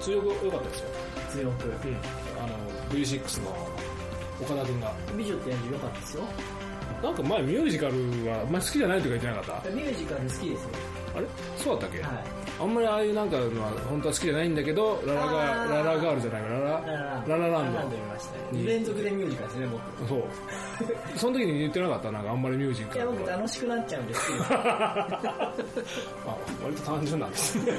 Speaker 4: 追憶良かったですよ、
Speaker 1: 強く。
Speaker 4: うん、あの V6 の岡田君が
Speaker 1: 美女と野獣良かったですよ。
Speaker 4: なんか前ミュージカルはあんまり好きじゃないとか言ってなかっ
Speaker 1: ミュージカル好きですよ。
Speaker 4: たあれそうだったっけ、
Speaker 1: はい。
Speaker 4: あんまりああいうなんかのは本当は好きじゃないんだけどララガ
Speaker 1: あー
Speaker 4: ララガールじゃないかラ
Speaker 1: ラ
Speaker 4: ラ
Speaker 1: ラ
Speaker 4: ララ
Speaker 1: ララ
Speaker 4: ラン
Speaker 1: ンド
Speaker 4: ド
Speaker 1: 見ましたよ
Speaker 4: いい
Speaker 1: 連続でミュージカルですね、
Speaker 4: そうその時に言ってなかったなんかあんまりミュージ
Speaker 1: 僕。い
Speaker 4: カ
Speaker 1: や、
Speaker 4: ル
Speaker 1: 僕
Speaker 4: は
Speaker 1: 楽しくなっちゃうんですけど
Speaker 4: あ割と単純な んですね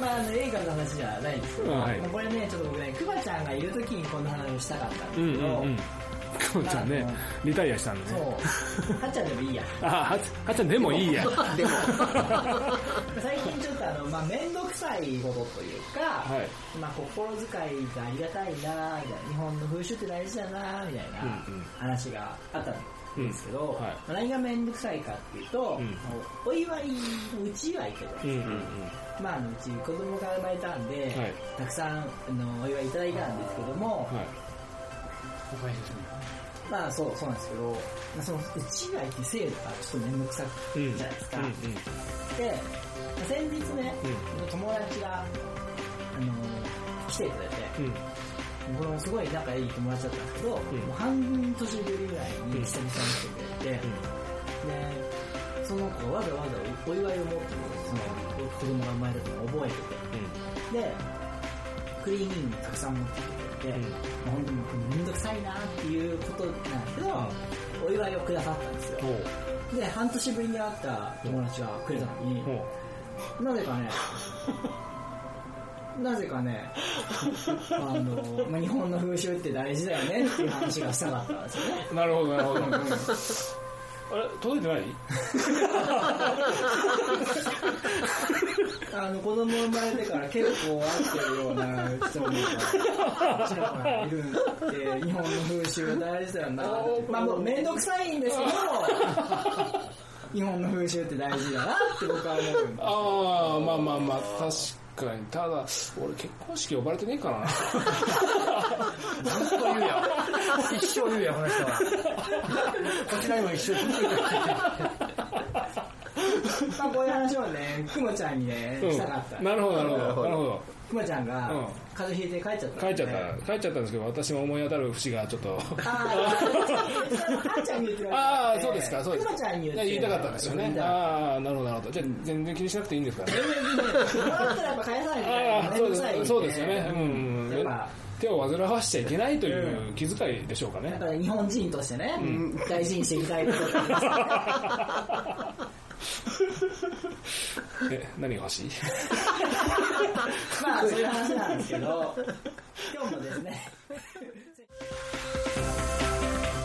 Speaker 1: まあ、あの、映画の話じゃないですけど、
Speaker 4: うんはい
Speaker 1: まあこれね、ちょっと僕ね、クマちゃんがいる時にこんな話をしたかったん
Speaker 4: うん
Speaker 1: ですけ
Speaker 4: う
Speaker 1: ど、
Speaker 4: んうんクマちゃんねリタイアしたんで
Speaker 1: そ
Speaker 4: ね
Speaker 1: う。はっちゃんでもいいや。
Speaker 4: あははっちゃんでもいいや
Speaker 1: でも最近ちょっとあの、まあ、面倒くさいことというか、
Speaker 4: はい
Speaker 1: まあ、心遣いがありがたいなみたいな日本の風習って大事だなみたいな
Speaker 4: うんうん
Speaker 1: 話があったんですけど、
Speaker 4: うんはい
Speaker 1: まあ何が面倒くさいかっていうと、
Speaker 4: うん
Speaker 1: まあお祝いのうち祝いけど、
Speaker 4: うんうん
Speaker 1: まあ、あのうち子供が生まれたんで、
Speaker 4: はい
Speaker 1: たくさんあのお祝いいただいたんですけども、
Speaker 4: はい
Speaker 1: まあそうそうなんですけど、まあ、そのうち祝いって制度がちょっと面倒くさくじゃないですか。で、先日ね、友達が、あのー来てくれて、
Speaker 4: うんうん
Speaker 1: このすごい仲いい友達だったんですけど、もう半年ぶりぐらいに久々に来てくれて、で、その子わざわざお祝いを持ってくれて、その子供が生まれたのを覚えてて、で、クリーニングたくさん持ってきてくれて、
Speaker 4: うん
Speaker 1: 本当にめんどくさいなっていうことなんですけど、お祝いをくださったんですよ
Speaker 4: うん。ほ
Speaker 1: で、半年ぶりに会った友達がくれたのに、
Speaker 4: うほ
Speaker 1: なぜか ね、なぜかね、あの、まあ、日本 の風習って大事だよねっていう話がしたかったんですよね。
Speaker 4: うなるほどなるほどあれ届いてない
Speaker 9: あの子供生まれてから結構会ってるような人もちろんいるんで日本の風習大事だよなってまあもう面倒くさいんですけど日本の風習って大事だなって僕は思うんで
Speaker 4: ああまあまあまあ確かにただ俺結婚式呼ばれてねえか な
Speaker 10: ずっと言うやん。 一生言うやん、この人は。こちらにも一生言う
Speaker 9: まあこういう話をねくまちゃんにね
Speaker 4: うん
Speaker 9: したかった
Speaker 4: なるほどなるほどなるほど
Speaker 9: くまちゃんが
Speaker 4: うん
Speaker 9: 風邪ひいて帰っちゃった
Speaker 4: 帰っちゃった帰っちゃったんですけど私も思い当たる節がちょっと
Speaker 9: あー あーちゃんに言ってくれた
Speaker 4: ああそうですかそうです
Speaker 9: くまちゃんに言って
Speaker 4: 言いたかったんですよ
Speaker 9: 言
Speaker 4: ね
Speaker 9: いたかった
Speaker 4: ああなるほどなるほどじゃあ全然気にしなくていいんですからね
Speaker 9: もらったらやっぱ返さないといけない
Speaker 4: ああそう
Speaker 9: 面倒
Speaker 4: です
Speaker 9: くさいん
Speaker 4: そうですよねうんうん
Speaker 9: やっぱ
Speaker 4: 手を煩わしちゃいけないという気遣いでしょうかね
Speaker 9: やっぱり日本人としてね、大事にしていきたいことってありますか
Speaker 4: え何が 欲しい
Speaker 9: まあそういう話なんですけど今日もですね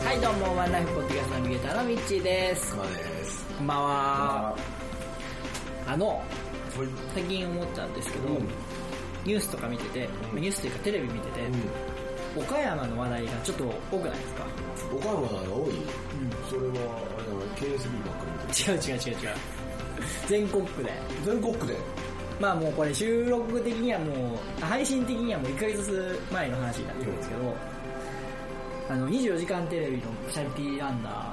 Speaker 1: はいどうもワンライフポッドキャストナビゲーターのミッチーです
Speaker 6: まです。
Speaker 1: こんばんはあの
Speaker 6: はい
Speaker 1: 最近思ったんですけど、ニュースとか見てて、ニュースというかテレビ見てて、岡山の話題がちょっと多くないですか
Speaker 6: 岡山が多い、それは、あれだな、KSB ばっかり見てる。
Speaker 1: 違う違う違う違う 全国区で
Speaker 6: 全国区で。
Speaker 1: まあもうこれ収録的にはもう配信的にはもう1ヶ月前の話になってるんですけど、あの24時間テレビのチャリピーランナー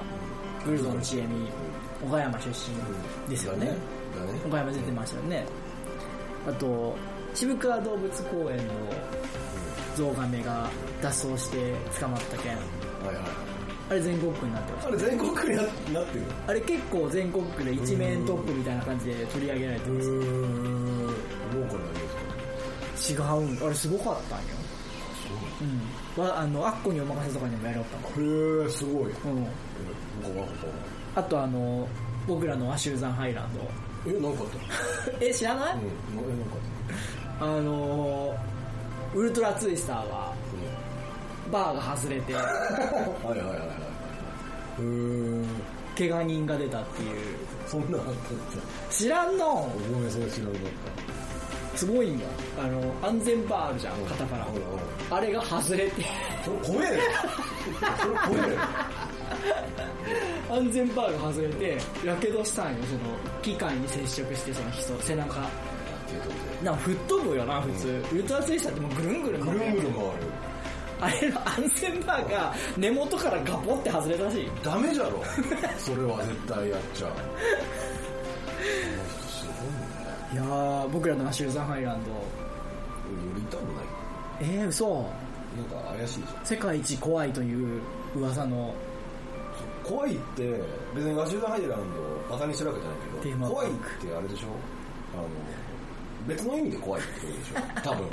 Speaker 1: ブルゾンちえみ岡山出身ですよね、
Speaker 6: だね。
Speaker 1: 岡山出てましたよね、あと渋川動物公園のゾウガメが脱走して捕まった件
Speaker 6: はいはい。
Speaker 1: あれ全国区になってました
Speaker 6: あれ全国区にななってる
Speaker 1: あれ結構全国区で一面トップみたいな感じで取り上げられてました
Speaker 6: ローカルなニュース
Speaker 1: 違うんあれすごかったんようんわあのあっこにお任せとかにもやりよった
Speaker 6: へー、すごい。
Speaker 1: のうん
Speaker 6: 僕はなんか
Speaker 1: あとあの僕らのアシューザンハイラ ンド
Speaker 6: え、なんかあった
Speaker 1: え知らない、
Speaker 6: うん、え、なんかあった
Speaker 1: あのーウルトラツイスターはバーが外れ て
Speaker 6: はいはいはいはい。うーん、
Speaker 1: 怪我人が出たっていう
Speaker 6: そんなのあっ
Speaker 1: 知らんの
Speaker 6: た。ごめん、それ知らなかっ
Speaker 1: すごいんよあの安全バーあるじゃん肩から
Speaker 6: ほらほ
Speaker 1: あれが外れて
Speaker 6: た。それ怖えよ。それ怖えよ。
Speaker 1: 安全バーが外れてやけどしたんよその機械に接触してその人背中なんか吹っ飛ぶよな普通、ウルトラツイスターってもうぐるんぐるん
Speaker 6: ぐ
Speaker 1: 回る
Speaker 6: るんぐる回る。
Speaker 1: あれの安全バーが根元からガポって外れたらしい
Speaker 6: ダメじゃろ。それは絶対やっちゃう。す
Speaker 1: いやー僕らのアシューザンハイランド
Speaker 6: ごいね。より痛くない。
Speaker 1: えー、嘘
Speaker 6: なんか怪しいじゃん。
Speaker 1: 世界一怖いという噂の
Speaker 6: 怖いって、別にガシューダハイランドをバカにしてるわけじゃない
Speaker 1: テ
Speaker 6: け
Speaker 1: ー
Speaker 6: ど、
Speaker 1: マパ
Speaker 6: 怖い
Speaker 1: ー
Speaker 6: っ
Speaker 1: ク
Speaker 6: てあれでしょあの、別の意味で怖いってことでしょ多分。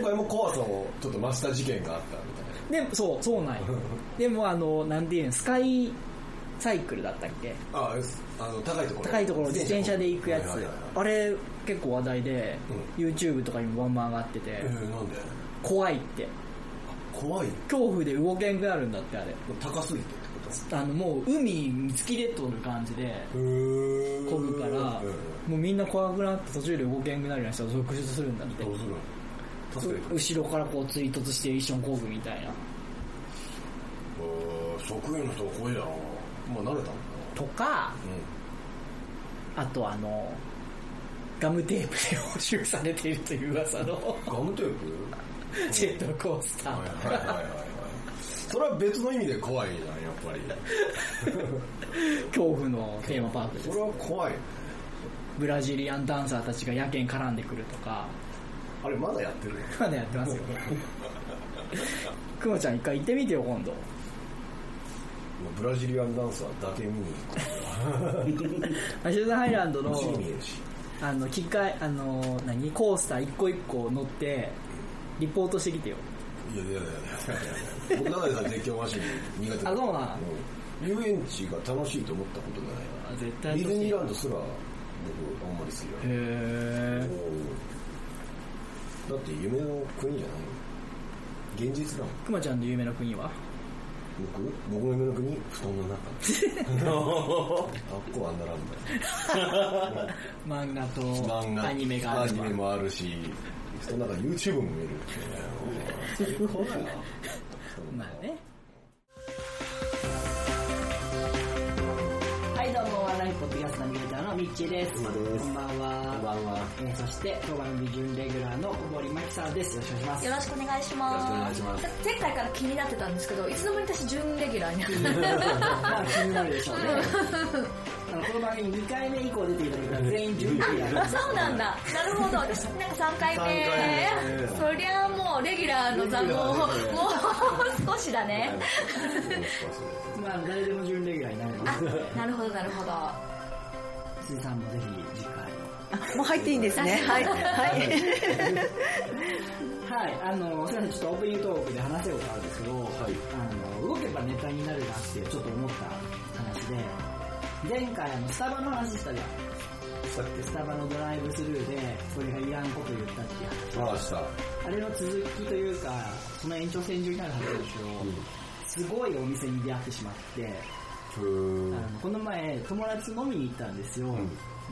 Speaker 6: 今回も怖さをちょっと増した事件があったみたいな。
Speaker 1: でそうそう なんよでもあのなんていうんスカイサイクルだったっけ
Speaker 6: ああの高いところ
Speaker 1: 高いところ自転車で行くやつ
Speaker 6: はいはいはい
Speaker 1: あれ結構話題で、YouTube とかにもバンバン上がってて
Speaker 6: えー、なんで
Speaker 1: 怖いって
Speaker 6: 怖い
Speaker 1: 恐怖で動けんくなるんだってあれ
Speaker 6: 高すぎてってこ
Speaker 1: あのもう海に突き出とる感じで
Speaker 6: とへ
Speaker 1: こぐから、もうみんな怖くなって途中で動けんくなるような人が続出するんだって
Speaker 6: どうするの助けてくれ
Speaker 1: 後ろからこう追突して一緒に工具みたいな
Speaker 6: へー職員の人が怖いだろまあ慣れたん
Speaker 1: とかあとあのガムテープで押収されているという噂の
Speaker 6: だなガムテー プ
Speaker 1: ジェットコースター
Speaker 6: はい
Speaker 1: と
Speaker 6: はいはい
Speaker 1: か
Speaker 6: はいはいそれは別の意味で怖いじゃんやっぱり
Speaker 1: 恐怖のテーマパークで
Speaker 6: そ
Speaker 1: す
Speaker 6: れは怖い
Speaker 1: ブラジリアンダンサーたちがやけに絡んでくるとか
Speaker 6: あれまだやってる
Speaker 1: まだやってますよくまちゃん一回行ってみてよ今度
Speaker 6: ブラジリアンダンサーだけ見に
Speaker 1: アシューズハイランドの
Speaker 6: 行く見えるし
Speaker 1: あの機械あの何コースター一個一個乗ってリポートしてきてよ
Speaker 6: いやいやいやいや僕中でさん絶叫マシン苦手だ
Speaker 1: あそうなん
Speaker 6: うん遊園地が楽しいと思ったことない
Speaker 1: あ絶対
Speaker 6: ディズニーラン
Speaker 1: へ
Speaker 6: ドすら僕あんまり好きじゃない
Speaker 1: え
Speaker 6: だって夢の国じゃないの現実だもん
Speaker 1: くまちゃんの夢の国は
Speaker 6: 僕僕の夢の国布団の中あっこはあんならんだ
Speaker 1: 漫画と
Speaker 6: 漫画
Speaker 1: アニメがある
Speaker 6: アニメもあるし布団の中 YouTube も見れるっていうね最高だよ
Speaker 1: まあねはいどうもライフポッドキャストナビゲーターのミッチーですこんばんはこんばんは、えーそして当番組準レギュラーの小堀真希さんですよろしくお願いし
Speaker 11: よ
Speaker 1: ま
Speaker 11: ろ しくお願いします。前回から気になってたんですけど、いつの間にか私準レギュラーになっ
Speaker 1: すまあ気になるでしょう ねあのこの番組2回目以降出ていただいたら全員準レギュラー
Speaker 11: た。そうなんだ。なるほど。私なんか3回目。そりゃもうレギュラーの座も、もう少しだね。
Speaker 1: まあ誰でも準レギュラーになるので
Speaker 11: あ、な るほどなるほど。
Speaker 1: 辻さんもぜひ次回
Speaker 5: もう入っていいんですね。はい。はい。
Speaker 1: はい、あの、すみません、ちょっとオープニングトークで話せようかあるんですけど、あの、動けばネタになるなってちょっと思った話で、前回あの、スタバの話したじゃん。スタバのドライブスルーで、それがいらんこと言ったっていう話。
Speaker 6: ああした
Speaker 1: あれの続きというか、その延長線上になる話なんですけど、すごいお店に出会ってしまって、
Speaker 6: ふー
Speaker 1: あのこの前友達飲みに行ったんですよ、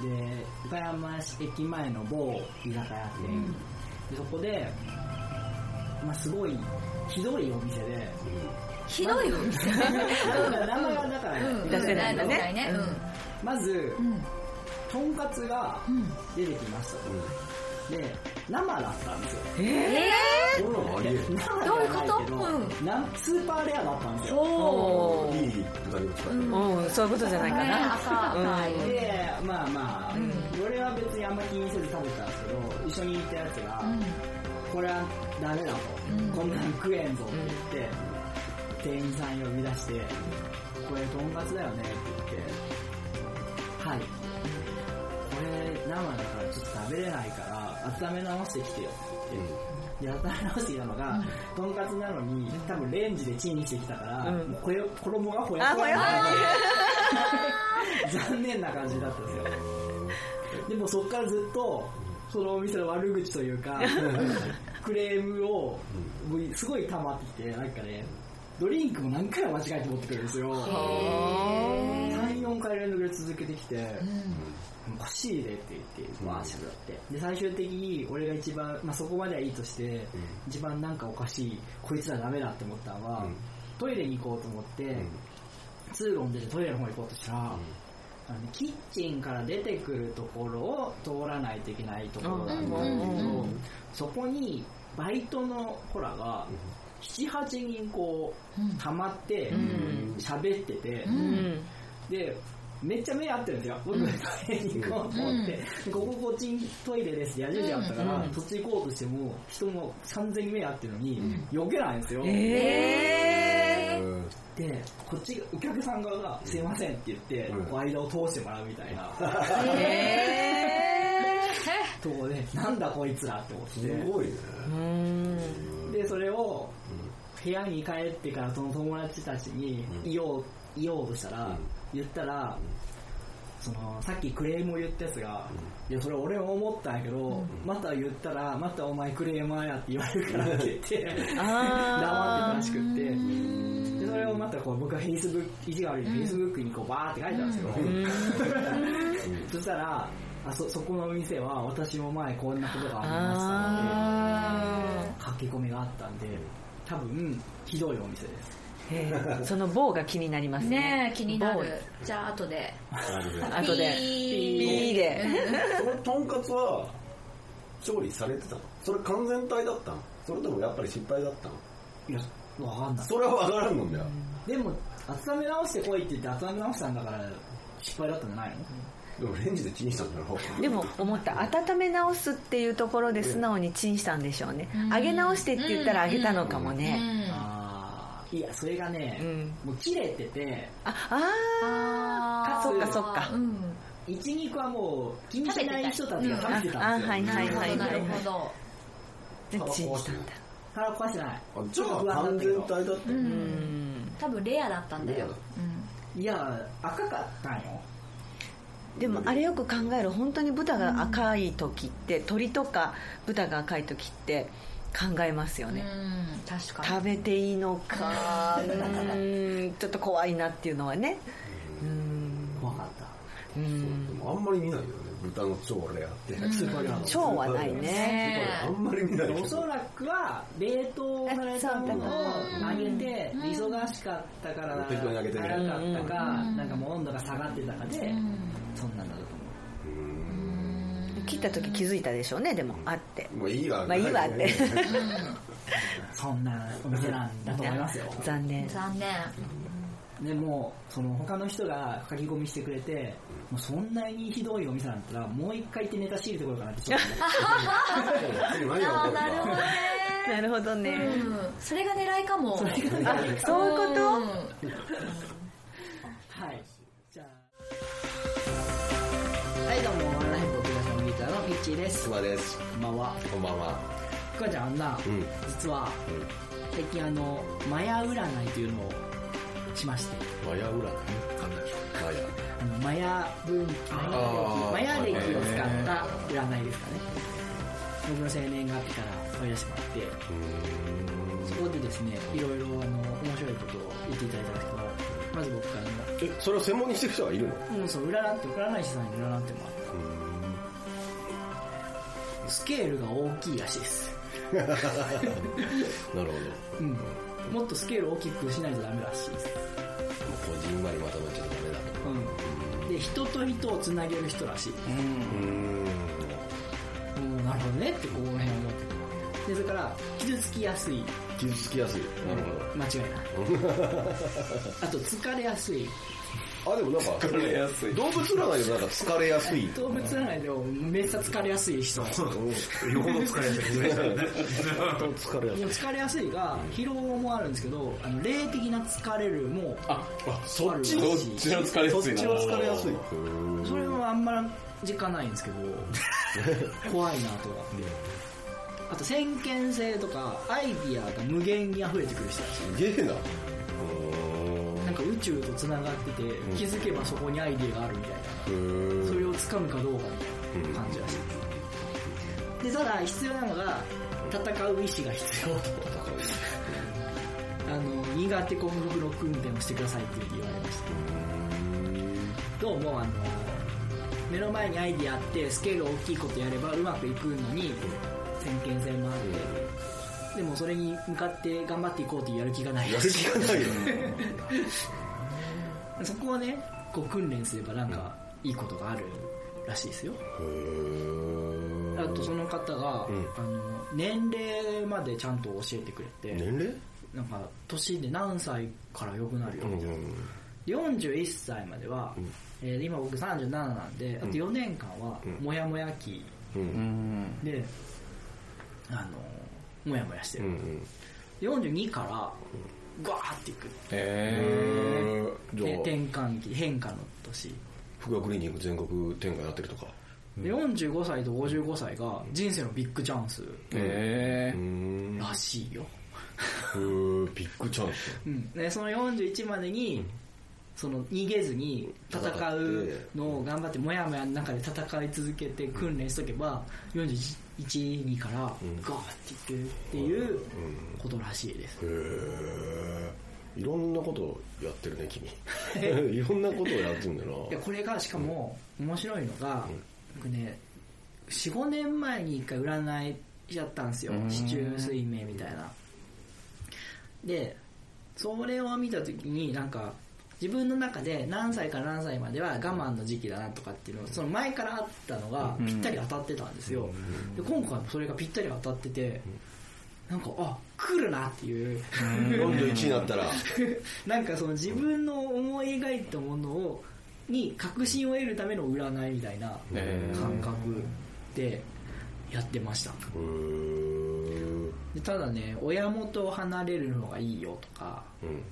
Speaker 1: で岡山市駅前の某居酒屋で,、でそこで、まあ、すごいひどいお店で、
Speaker 11: ひどいよ。
Speaker 1: なんか名前はだから、
Speaker 11: うん。
Speaker 5: 出せないんだね
Speaker 11: 出せね。うん。
Speaker 1: まず
Speaker 11: うん。
Speaker 1: とんかつが出てきました、で生だったんですよ
Speaker 11: え
Speaker 6: こんなのありえ
Speaker 1: 生じゃ
Speaker 11: どういうこ
Speaker 1: ないけど
Speaker 11: と
Speaker 1: なスーパーレアだったんです
Speaker 11: ー、
Speaker 1: よ
Speaker 11: お
Speaker 6: へん
Speaker 11: ー。
Speaker 6: いい豚肉使っ
Speaker 11: う
Speaker 6: て
Speaker 11: ん。
Speaker 5: うん、そういうことじゃないか
Speaker 11: ね
Speaker 5: な。
Speaker 11: 赤、赤い。
Speaker 1: でまあまあ、
Speaker 11: うん
Speaker 1: 俺は別にあんま気にせず食べてたんですけど一緒に行ったやつが、これはダメだと、
Speaker 11: うん
Speaker 1: こんなん食えんぞって言って、店員さん呼び出して、これとんかつだよねって言って、はい。これ生だからちょっと食べれないから、温め直してきてよって言って。で、温め直してきたのが、とんかつなのに、多分レンジでチンしてきたから、もうこよ 衣がほやほやになってて 残念な感じだったんですよ。でもそっからずっと、そのお店の悪口というか、クレームを、もうすごい溜まってきて、なんかね、ドリンクも何回も間違えて持ってくるんですよ。3、4回連続で続けてきて、おかしいでって言って、わーしくなって。で、最終的に俺が一番、まあそこまではいいとして、一番なんかおかしい、こいつらダメだって思ったのは、トイレに行こうと思って、通路に出てトイレの方に行こうとしたら、あのキッチンから出てくるところを通らないといけないところだったんだけど、
Speaker 11: うんうん
Speaker 1: そこにバイトの子らが78人こ
Speaker 11: うん
Speaker 1: う溜まって
Speaker 5: ん
Speaker 1: 喋ってて、
Speaker 5: うん。
Speaker 1: でめっちゃ目合ってるんですよ僕トイレに行こうと思って、でこここっちにトイレですって矢印あったから、
Speaker 5: うん
Speaker 1: そっち行こうとしても人も完全に目合ってるのに、避けないんですよ、
Speaker 5: え
Speaker 6: うん
Speaker 1: でこっちがお客さん側が「すいません」って言って、
Speaker 6: うん
Speaker 1: こう間を通してもらうみたいな、
Speaker 5: ー。え
Speaker 1: とこでなんだこいつらって思って
Speaker 6: すごいね
Speaker 5: ー。うん。
Speaker 1: でそれを部屋に帰ってからその友達たちに言おう,、言おうとしたら、言ったら、そのさっきクレームを言ったやつが、いやそれ俺も思ったんやけど、また言ったらまたお前クレーマーやって言われるからって言って 黙ってたらしくってでそれをまたこう僕はフェイスブック意地が悪いフェイスブックにこうバーって書いたんですよ、 そしたらあそそこのお店は私も前こんなことがありましたので
Speaker 5: あ
Speaker 1: 駆け込みがあったんで多分ひどいお店です
Speaker 5: ー。その棒が気になりますね。
Speaker 11: ねえ、気になる。じゃあ、後で。
Speaker 5: あとで。
Speaker 11: ピー
Speaker 5: いいで。
Speaker 6: そのとんかつは調理されてたのそれ完全体だったのそれともやっぱり失敗だったの
Speaker 1: いやわかんない
Speaker 6: それは分からんもんだよ
Speaker 1: でも温め直してこいって言って温め直したんだから失敗だったんじゃないの
Speaker 6: でもレンジでチンしたんだろ
Speaker 5: でも思った温め直すっていうところで素直にチンしたんでしょうね
Speaker 11: ん
Speaker 5: 揚げ直してって言ったら揚げたのかも
Speaker 11: う
Speaker 5: ね
Speaker 11: ん。
Speaker 1: ああいやそれがね、
Speaker 5: うん
Speaker 1: もう切れてて
Speaker 5: ああー
Speaker 1: そ
Speaker 5: そ
Speaker 1: っ
Speaker 5: っ
Speaker 1: か
Speaker 5: かそっか
Speaker 11: うん。
Speaker 1: 12個はもう気にしない人たちが食べてたんですよ、
Speaker 5: ああはい
Speaker 11: な
Speaker 5: は
Speaker 11: る
Speaker 5: い
Speaker 11: ほ
Speaker 5: はい
Speaker 11: ど、
Speaker 5: は
Speaker 11: ないるほど。
Speaker 5: でチンしたんだ
Speaker 1: ただ壊してない
Speaker 6: じゃあ完全体だったの
Speaker 5: うん
Speaker 11: 多分レアだったんだよ。
Speaker 1: いや赤かったんよ
Speaker 5: でもあれよく考える本当に豚が赤い時って鳥とか豚が赤い時って
Speaker 11: 考えますよね、
Speaker 12: うん確か
Speaker 11: 食べていいのかうーんちょっと怖いなっていうのはね
Speaker 6: 怖かったそうでもあんまり見ないよね豚の腸はレアって
Speaker 11: 腸はないね
Speaker 6: あんまり見ない
Speaker 1: おそらくは冷凍されたものを揚げて忙しかったから
Speaker 6: うん適当に揚げてね
Speaker 1: 早かったかなんかもう温度が下がってたかでそんなんだと思う
Speaker 11: 切った時気づいたでしょうねでもあって
Speaker 6: もういいわ
Speaker 11: まあいいわって
Speaker 1: そんなお店なんだと思いますよ
Speaker 11: 残念
Speaker 12: 残念
Speaker 1: でもうその他の人が書き込みしてくれてもうそんなにひどいお店なんだったらもう一回行ってネタ仕入れてこようかなってちょっと思って
Speaker 6: 次何が
Speaker 12: あー
Speaker 6: 起こ
Speaker 12: な
Speaker 6: る
Speaker 12: るほど
Speaker 6: か
Speaker 12: ね
Speaker 11: なるほどね
Speaker 12: うんそれが狙いかも
Speaker 11: あそういうこと、
Speaker 12: と
Speaker 1: はい。じゃあ。はい、どうも、ワンライフ僕がさんのギターのピッチーです。
Speaker 6: 妻です
Speaker 1: こんばんは。
Speaker 6: こんばんは
Speaker 1: ふかちゃん、あんな、
Speaker 6: うん
Speaker 1: 実は、最近あの、マヤ占いというのをしまして、
Speaker 6: マヤ占いわかんないでしょマヤ
Speaker 1: あのマヤ文
Speaker 6: あー
Speaker 1: マヤ歴を使った占いですかね。僕の生年月日から取り出してもらって、そこでですね、いろいろあの、面白いことを言っていただいたんですけど、まず僕からの、
Speaker 6: えそれを専門にしてる人がいるの
Speaker 1: うん、そう、占って、占い師さんに占ってもらった。スケールが大きいらしい です。
Speaker 6: なるほど
Speaker 1: うん。もっとスケール大きくしないとダメらしいです。
Speaker 6: こじんまりまとめちゃダメだと
Speaker 1: うん。で、人と人をつなげる人らしい。うん。なるほどねって、ここの辺は思ってたで、それから、傷つきやすい。
Speaker 6: 傷つきやすいなる
Speaker 1: 間違いない。あと、疲れやすい。
Speaker 6: ほどあでもなんか疲 れやすい動物占いでもなんか疲れやすい
Speaker 1: 動物占いでも、めっちゃ疲れやすい人。
Speaker 13: よほど疲れやすいですね。
Speaker 6: 疲れやすい
Speaker 1: 疲れやすいが、疲労もあるんですけど、あの霊的な疲れるも、あ、そっち
Speaker 14: どっちの疲れやすい
Speaker 6: そっ
Speaker 14: な
Speaker 6: ちは疲れやすい
Speaker 1: それはあんま実感ないん ですけど、怖いなとは。あと先見性とか、アイディアが無限に溢れてくる人たち。
Speaker 6: すげえな
Speaker 1: なんか宇宙と繋がってて、気づけばそこにアイディアがあるみたいな。それを掴むかどうかみたいな感じらしい。で、ただ必要なのが、戦う意志が必要と。あの、苦手克服の訓練をしてくださいって言われました。どうもあの目の前にアイディアあってスケール大きいことやればうまくいくのに先見性もあってでもそれに向かって頑張っていこうというやる気がない
Speaker 6: やる気がないよね
Speaker 1: そこはねこう訓練すればなんかいいことがあるらしいですよあとその方が、あの年齢までちゃんと教えてくれて、
Speaker 6: 年齢
Speaker 1: なんか年で何歳から良くなるよみたいな、41歳までは、えー今僕37なんであと4年間はモヤモヤ期で、あのモヤモヤしてる、42からガーっていく、
Speaker 6: えーじ
Speaker 1: で
Speaker 6: ゃ
Speaker 1: 転換期変化の年
Speaker 6: あ福岡クリニック全国展開やってるとか
Speaker 1: で45歳と55歳が人生のビッグチャンス
Speaker 14: え
Speaker 6: うーん
Speaker 1: らしいよ、
Speaker 6: へービッグチャンス
Speaker 1: うん、でその41までに、その逃げずに戦うのを頑張ってもやもやの中で戦い続けて訓練しとけば41にからガーっていくっていうことらしいです
Speaker 6: へーいろんなことをやってるね君 いろんなことをやってるんだよ
Speaker 1: いやこれがしかも面白いのが僕ね45年前に一回占いやったんですよ市中水明みたいなでそれを見た時になんか自分の中で何歳から何歳までは我慢の時期だなとかっていうのをその前からあったのがぴったり当たってたんですよで今回もそれがぴったり当たっててなんかあ来るなっていう
Speaker 6: な41になったら
Speaker 1: なんかその自分の思い描いたものをに確信を得るための占いみたいな感覚でやってました
Speaker 6: うーん
Speaker 1: でただね親元を離れるのがいいよとか
Speaker 6: うん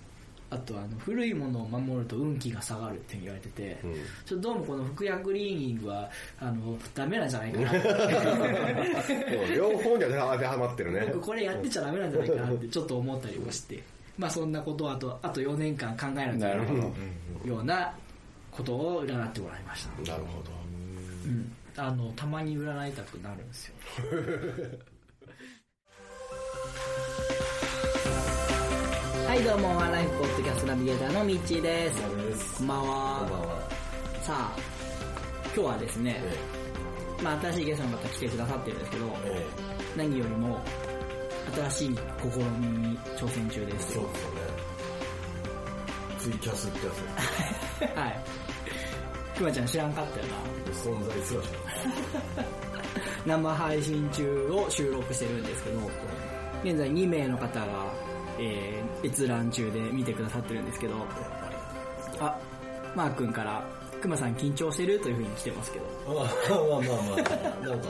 Speaker 1: あとあの古いものを守ると運気が下がるって言われてて、
Speaker 6: ん
Speaker 1: ちょっとどうもこの服薬リーニングはあのダメなんじゃないかなって
Speaker 6: でも両方には当てはまってるね
Speaker 1: 僕これやってちゃダメなんじゃないかなってちょっと思ったりもしてまあそんなことをあとあと4年間考えなきゃいけないようなことを占ってもらいました
Speaker 6: なるほど
Speaker 1: あのたまに占いたくなるんですよ はいどうもワンライフポッドキャストナビゲーターのみっちーですこんばんはさあ今日はですね、まあ新しいゲストの方来てくださってるんですけど、何よりも新しい試みに挑戦中です
Speaker 6: そうですよね。ツイキャスってや
Speaker 1: はいくまちゃん知らんかったよ
Speaker 6: つ。存在すらしない。
Speaker 1: な生配信中を収録してるんですけど現在2名の方が、えー閲覧中で見てくださってるんですけどあマー君から「くまさん緊張してる?」というふうに来てますけど
Speaker 6: まあまあまあまあ、なんか、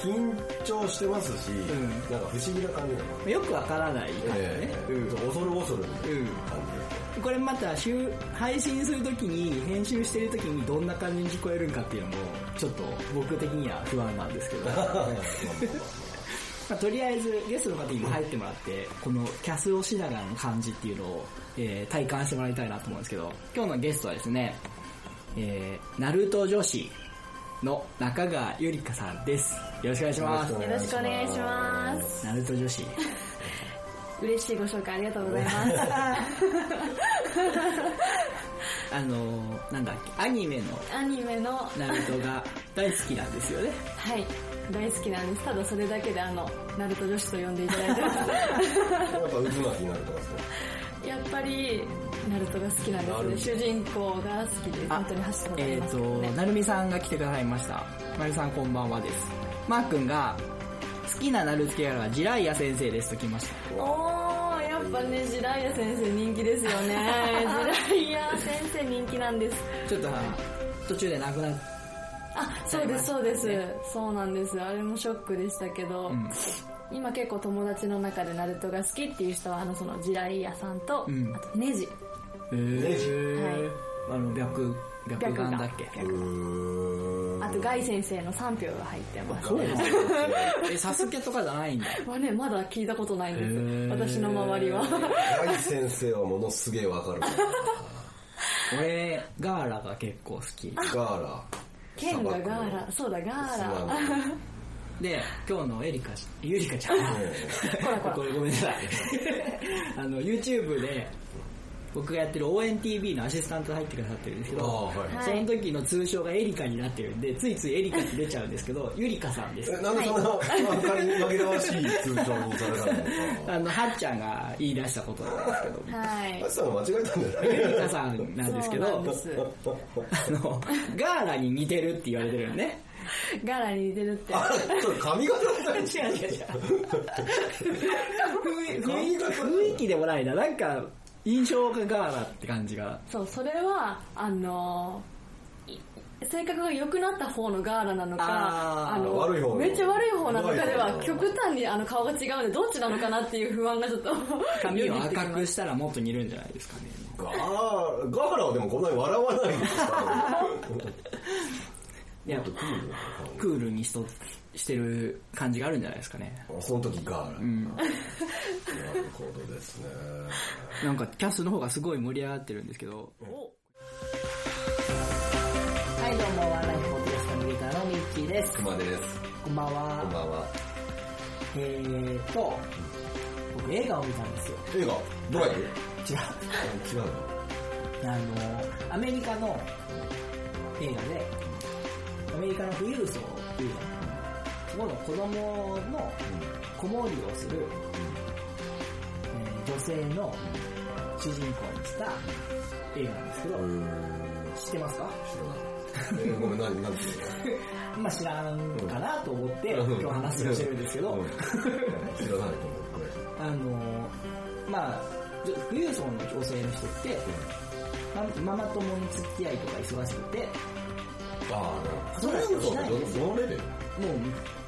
Speaker 6: 緊張してますし、
Speaker 1: ん
Speaker 6: なんか不思議な感じだよね。
Speaker 1: よくわからない感じね、
Speaker 6: ええ
Speaker 1: うん
Speaker 6: 恐る恐るみたい
Speaker 1: うん
Speaker 6: な感
Speaker 1: これまた収配信するときに編集してるときにどんな感じに聞こえるんかっていうのもちょっと僕的には不安なんですけ どまあとりあえずゲストの方にも入ってもらってこのキャスをしながらの感じっていうのを、えー体感してもらいたいなと思うんですけど今日のゲストはですね、えー、ナルト女子の中川ゆりかさんですよろしくお願いします
Speaker 5: よろしくお願いします。
Speaker 1: ナルト女子
Speaker 5: 嬉しいご紹介ありがとうございます。
Speaker 1: あのーなんだっけアニメの
Speaker 5: アニメの、は
Speaker 1: ナルトが大好きなんですよね
Speaker 5: い、大好きなんです。ただそれだけであの、ナルト女子と呼んでいただいて ます。
Speaker 6: じで。やっぱ渦巻きになるとかですね。
Speaker 5: やっぱり、ナルトが好きなんですね。主人公が好きです。
Speaker 1: あ
Speaker 5: 本当に走ったことあ
Speaker 1: え
Speaker 5: り
Speaker 1: っ、
Speaker 5: ますけど
Speaker 1: と、
Speaker 5: ね。
Speaker 1: なるみさんが来てくださいました。なるみさんこんばんはです。マー君が、好きなナルトキャラはジライア先生ですときました。
Speaker 5: おー、やっぱね、ジライア先生人気ですよね。ジライア先生人気なんです。
Speaker 1: ちょっと、途中でなくなっ
Speaker 5: あ、そうです、そうです。そうなんです。あれもショックでしたけど、
Speaker 1: ん
Speaker 5: 今結構友達の中でナルトが好きっていう人は、あの、その、ジライアさんと、
Speaker 1: ん
Speaker 5: あと、ネジ。
Speaker 1: えー
Speaker 5: はい
Speaker 1: あの、白、白眼だっけ
Speaker 5: 白眼あと、ガイ先生の3票が入ってます。
Speaker 1: そうなのえ、サスケとかじゃないんだ。
Speaker 5: はね、まだ聞いたことないんです。
Speaker 1: へー
Speaker 5: 私の周りは。
Speaker 6: 大先生はものすげえわかる。
Speaker 1: 俺、ガーラが結構好き。
Speaker 6: ガーラ。
Speaker 5: ケンがガーラ、そうだ、ガ
Speaker 6: スマ
Speaker 5: ー
Speaker 6: ン
Speaker 5: ラ。
Speaker 1: で、今日のエリカし、ゆりかちゃん。 これごめんなさい。あの、YouTube で、僕がやってる応援 TV のアシスタント入ってくださってるんですけ
Speaker 6: ああ、
Speaker 1: ど、
Speaker 6: はい。
Speaker 5: はい
Speaker 1: その時の通称がエリカになってるんで、ついついエリカって出ちゃうんですけど、ゆりかさんです。
Speaker 6: えなんでそんな、仮に紛らわしい通帳にされたのか。
Speaker 1: あの、はっちゃんが言い出したことなんですけど、
Speaker 5: はい
Speaker 6: あ。つさんが間違えたんだよね。
Speaker 1: ゆりかさんなんですけ
Speaker 5: そうな
Speaker 1: ど
Speaker 5: ん、です。
Speaker 1: あの、ガーラに似てるって言われてるのね。
Speaker 5: ガーラに似てるって。
Speaker 6: それ髪型だった
Speaker 1: 違う違う違う。雰囲気雰囲気でもないな。なんか、印象がガーラって感じが。
Speaker 5: そう、それは、あのい性格が良くなった方のガーラなのか、
Speaker 1: あー
Speaker 5: の
Speaker 6: 悪い方
Speaker 5: めっちゃ悪い方なのかでは
Speaker 6: 悪い方
Speaker 5: 極端にあの顔が違うので、どっちなのかなっていう不安がちょっと。
Speaker 1: 髪を赤くしたらもっと似るんじゃないですかね。
Speaker 6: ガーガーラはでもこんなに笑わないんですか
Speaker 1: いや、クールにしとしてる感じがあるんじゃないですかね。
Speaker 6: らその時ガーラ、なるほどですね
Speaker 1: なんかキャスの方がすごい盛り上がってるんですけど。はい、どうも、ワンライフポッドキャストのギターのミッキーです。
Speaker 6: 熊です
Speaker 1: こんばん
Speaker 6: こん
Speaker 1: は。
Speaker 6: ばんは
Speaker 1: えーと、僕映画を見たんですよ。
Speaker 6: 映画ドライブ
Speaker 1: 違う。
Speaker 6: 違うの
Speaker 1: あの、アメリカの映画で、アメリカの富裕層っていうのそこの子供の子守りをする、えー女性の主人公にした映画なんですけど、知ってますか
Speaker 6: 知らないえーごめん何何て
Speaker 1: まあ知らんかなと思って今日話をしてるんですけ
Speaker 6: 言うの
Speaker 1: ど
Speaker 6: うん、知らないと思う
Speaker 1: あのーまあ富裕層の女性の人って、まママ友に付き合いとか忙しくて、
Speaker 6: ああ
Speaker 1: そう
Speaker 6: な
Speaker 1: なん
Speaker 6: る
Speaker 1: です
Speaker 6: ほ
Speaker 1: よ
Speaker 6: どどどのレベル
Speaker 1: もう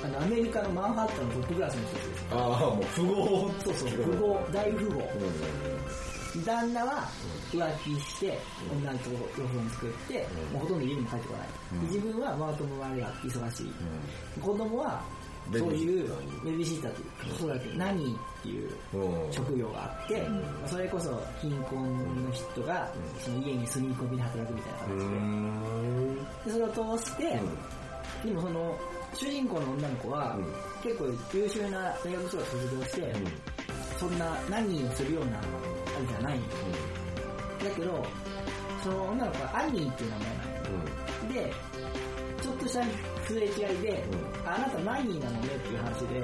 Speaker 1: あのアメリカのマンハッタンのトップクラスの人です
Speaker 6: ああもう富豪
Speaker 1: そうそう富豪大富豪
Speaker 6: うん
Speaker 1: 旦那は浮気して女の子を予想に作って、もうほとんど家にも帰ってこない、自分はママ友はあれが忙しい、子供はそういうベビーシッターというか子育て何っていう
Speaker 6: うん
Speaker 1: 職業があって、それこそ貧困の人がその家に住み込みで働くみたいな形
Speaker 6: う
Speaker 1: で、
Speaker 6: ん
Speaker 1: でそれを通して、でもその主人公の女の子は、結構優秀な大学とか卒業して、そんな何をするようなじゃない、だけどその女の子はアニーっていう名前なのでちょっとしたすれ違いで、あなたマニーなのねっていう話で、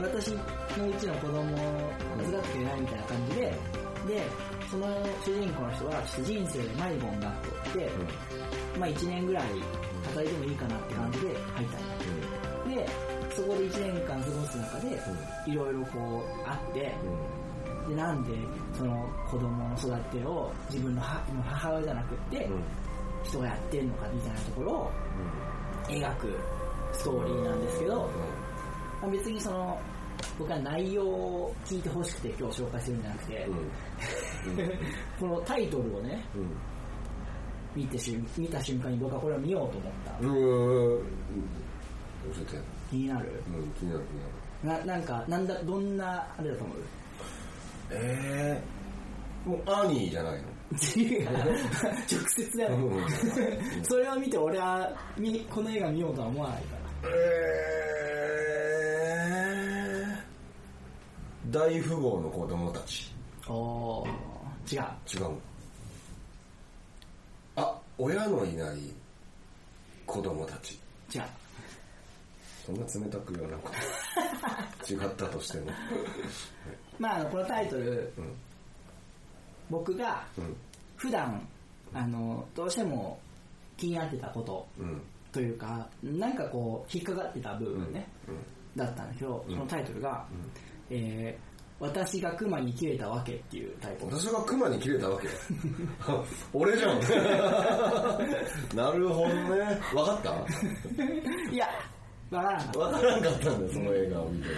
Speaker 1: 私のうちの子供を預かってくれないみたいな感じで、で、その主人公の人はちょっと人生で迷子になってって、まあ1年ぐらい働いてもいいかなって感じで入ったので、そこで1年間過ごす中で、いろいろこうあって、で、なんでその子供の育てを自分の母の母親じゃなくって、人がやってるのかみたいなところを描くストーリーなんですけど、まあ別にその僕は内容を聞いてほしくて今日紹介するんじゃなくて、 このタイトルをね、見てし見た瞬間に僕はこれを見ようと思った
Speaker 6: うんうんうんちょっとや
Speaker 1: 気になる
Speaker 6: うん気になる気になる
Speaker 1: ななんかなんだどんなあれだと 思う
Speaker 6: ええもうアニーじゃないの
Speaker 1: 違う直接だよ、
Speaker 6: うん
Speaker 1: それを見て俺はみこの映画見ようとは思わないから
Speaker 6: えー、大富豪の子供たち
Speaker 1: おー違う
Speaker 6: 違うあ親のいない子供たち
Speaker 1: 違う
Speaker 6: そんな冷たく言わなくて違ったとしても
Speaker 1: まああの、このタイトル、僕が
Speaker 6: ん
Speaker 1: 普段あのどうしても気になってたこと
Speaker 6: うん
Speaker 1: というか、なんかこう引っかかってた部分ね、だったんだけど、そのタイトルが、えー私が熊に切れたわけ」っていうタイトル
Speaker 6: 私が熊に切れたわけ 俺じゃん なるほどね分かった
Speaker 1: いやわからなかった
Speaker 6: 分からんかったんだよその映画を見て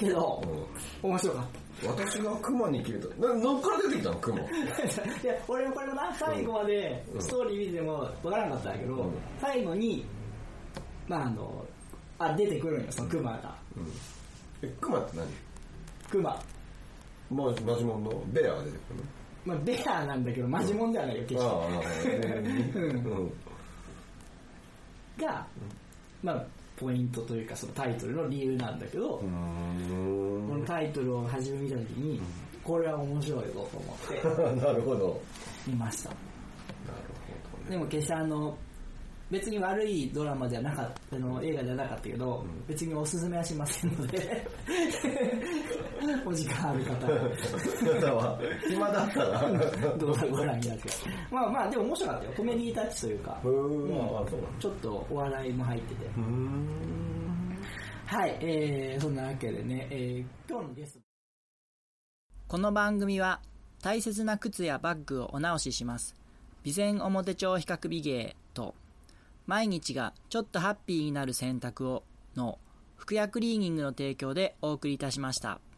Speaker 1: けど、
Speaker 6: も、うん
Speaker 1: 面白かっ
Speaker 6: 私が熊に切れた。な、どっから出てきたの熊。
Speaker 1: た いや俺もこれもな最後までストーリー見ててもわからなかったんだけど、
Speaker 6: うん
Speaker 1: 最後にまああのあ出てくるんよその熊が
Speaker 6: え、熊って何
Speaker 1: 熊
Speaker 6: まあ、マジモンのベアが出てくる
Speaker 1: まあ、ベアなんだけど、マジモンではないよ、決
Speaker 6: の。
Speaker 1: し
Speaker 6: ああ、なるほどね。うん。
Speaker 1: て。が、まあ、ポイントというか、そのタイトルの理由なんだけど、このタイトルを初め見たときに、これは面白いぞと思って
Speaker 6: なるほど。
Speaker 1: 見ました。でも決してあの、別に悪いドラマじゃなかった、あの映画じゃなかったけど、別におすすめはしませんので、 お時間ある方は、
Speaker 6: あなたは、暇だったら。
Speaker 1: 動画ご覧になって。まあまあ、でも面白かったよ。コメディータッチというか。
Speaker 6: うん
Speaker 1: も
Speaker 6: あそうな
Speaker 1: ちょっとお笑いも入ってて。はい、えー、そんなわけでね、えー、今日のゲスト。この番組は、大切な靴やバッグをお直しします。備前表帳比較美芸と、毎日がちょっとハッピーになる選択をの、服薬クリーニングの提供でお送りいたしました。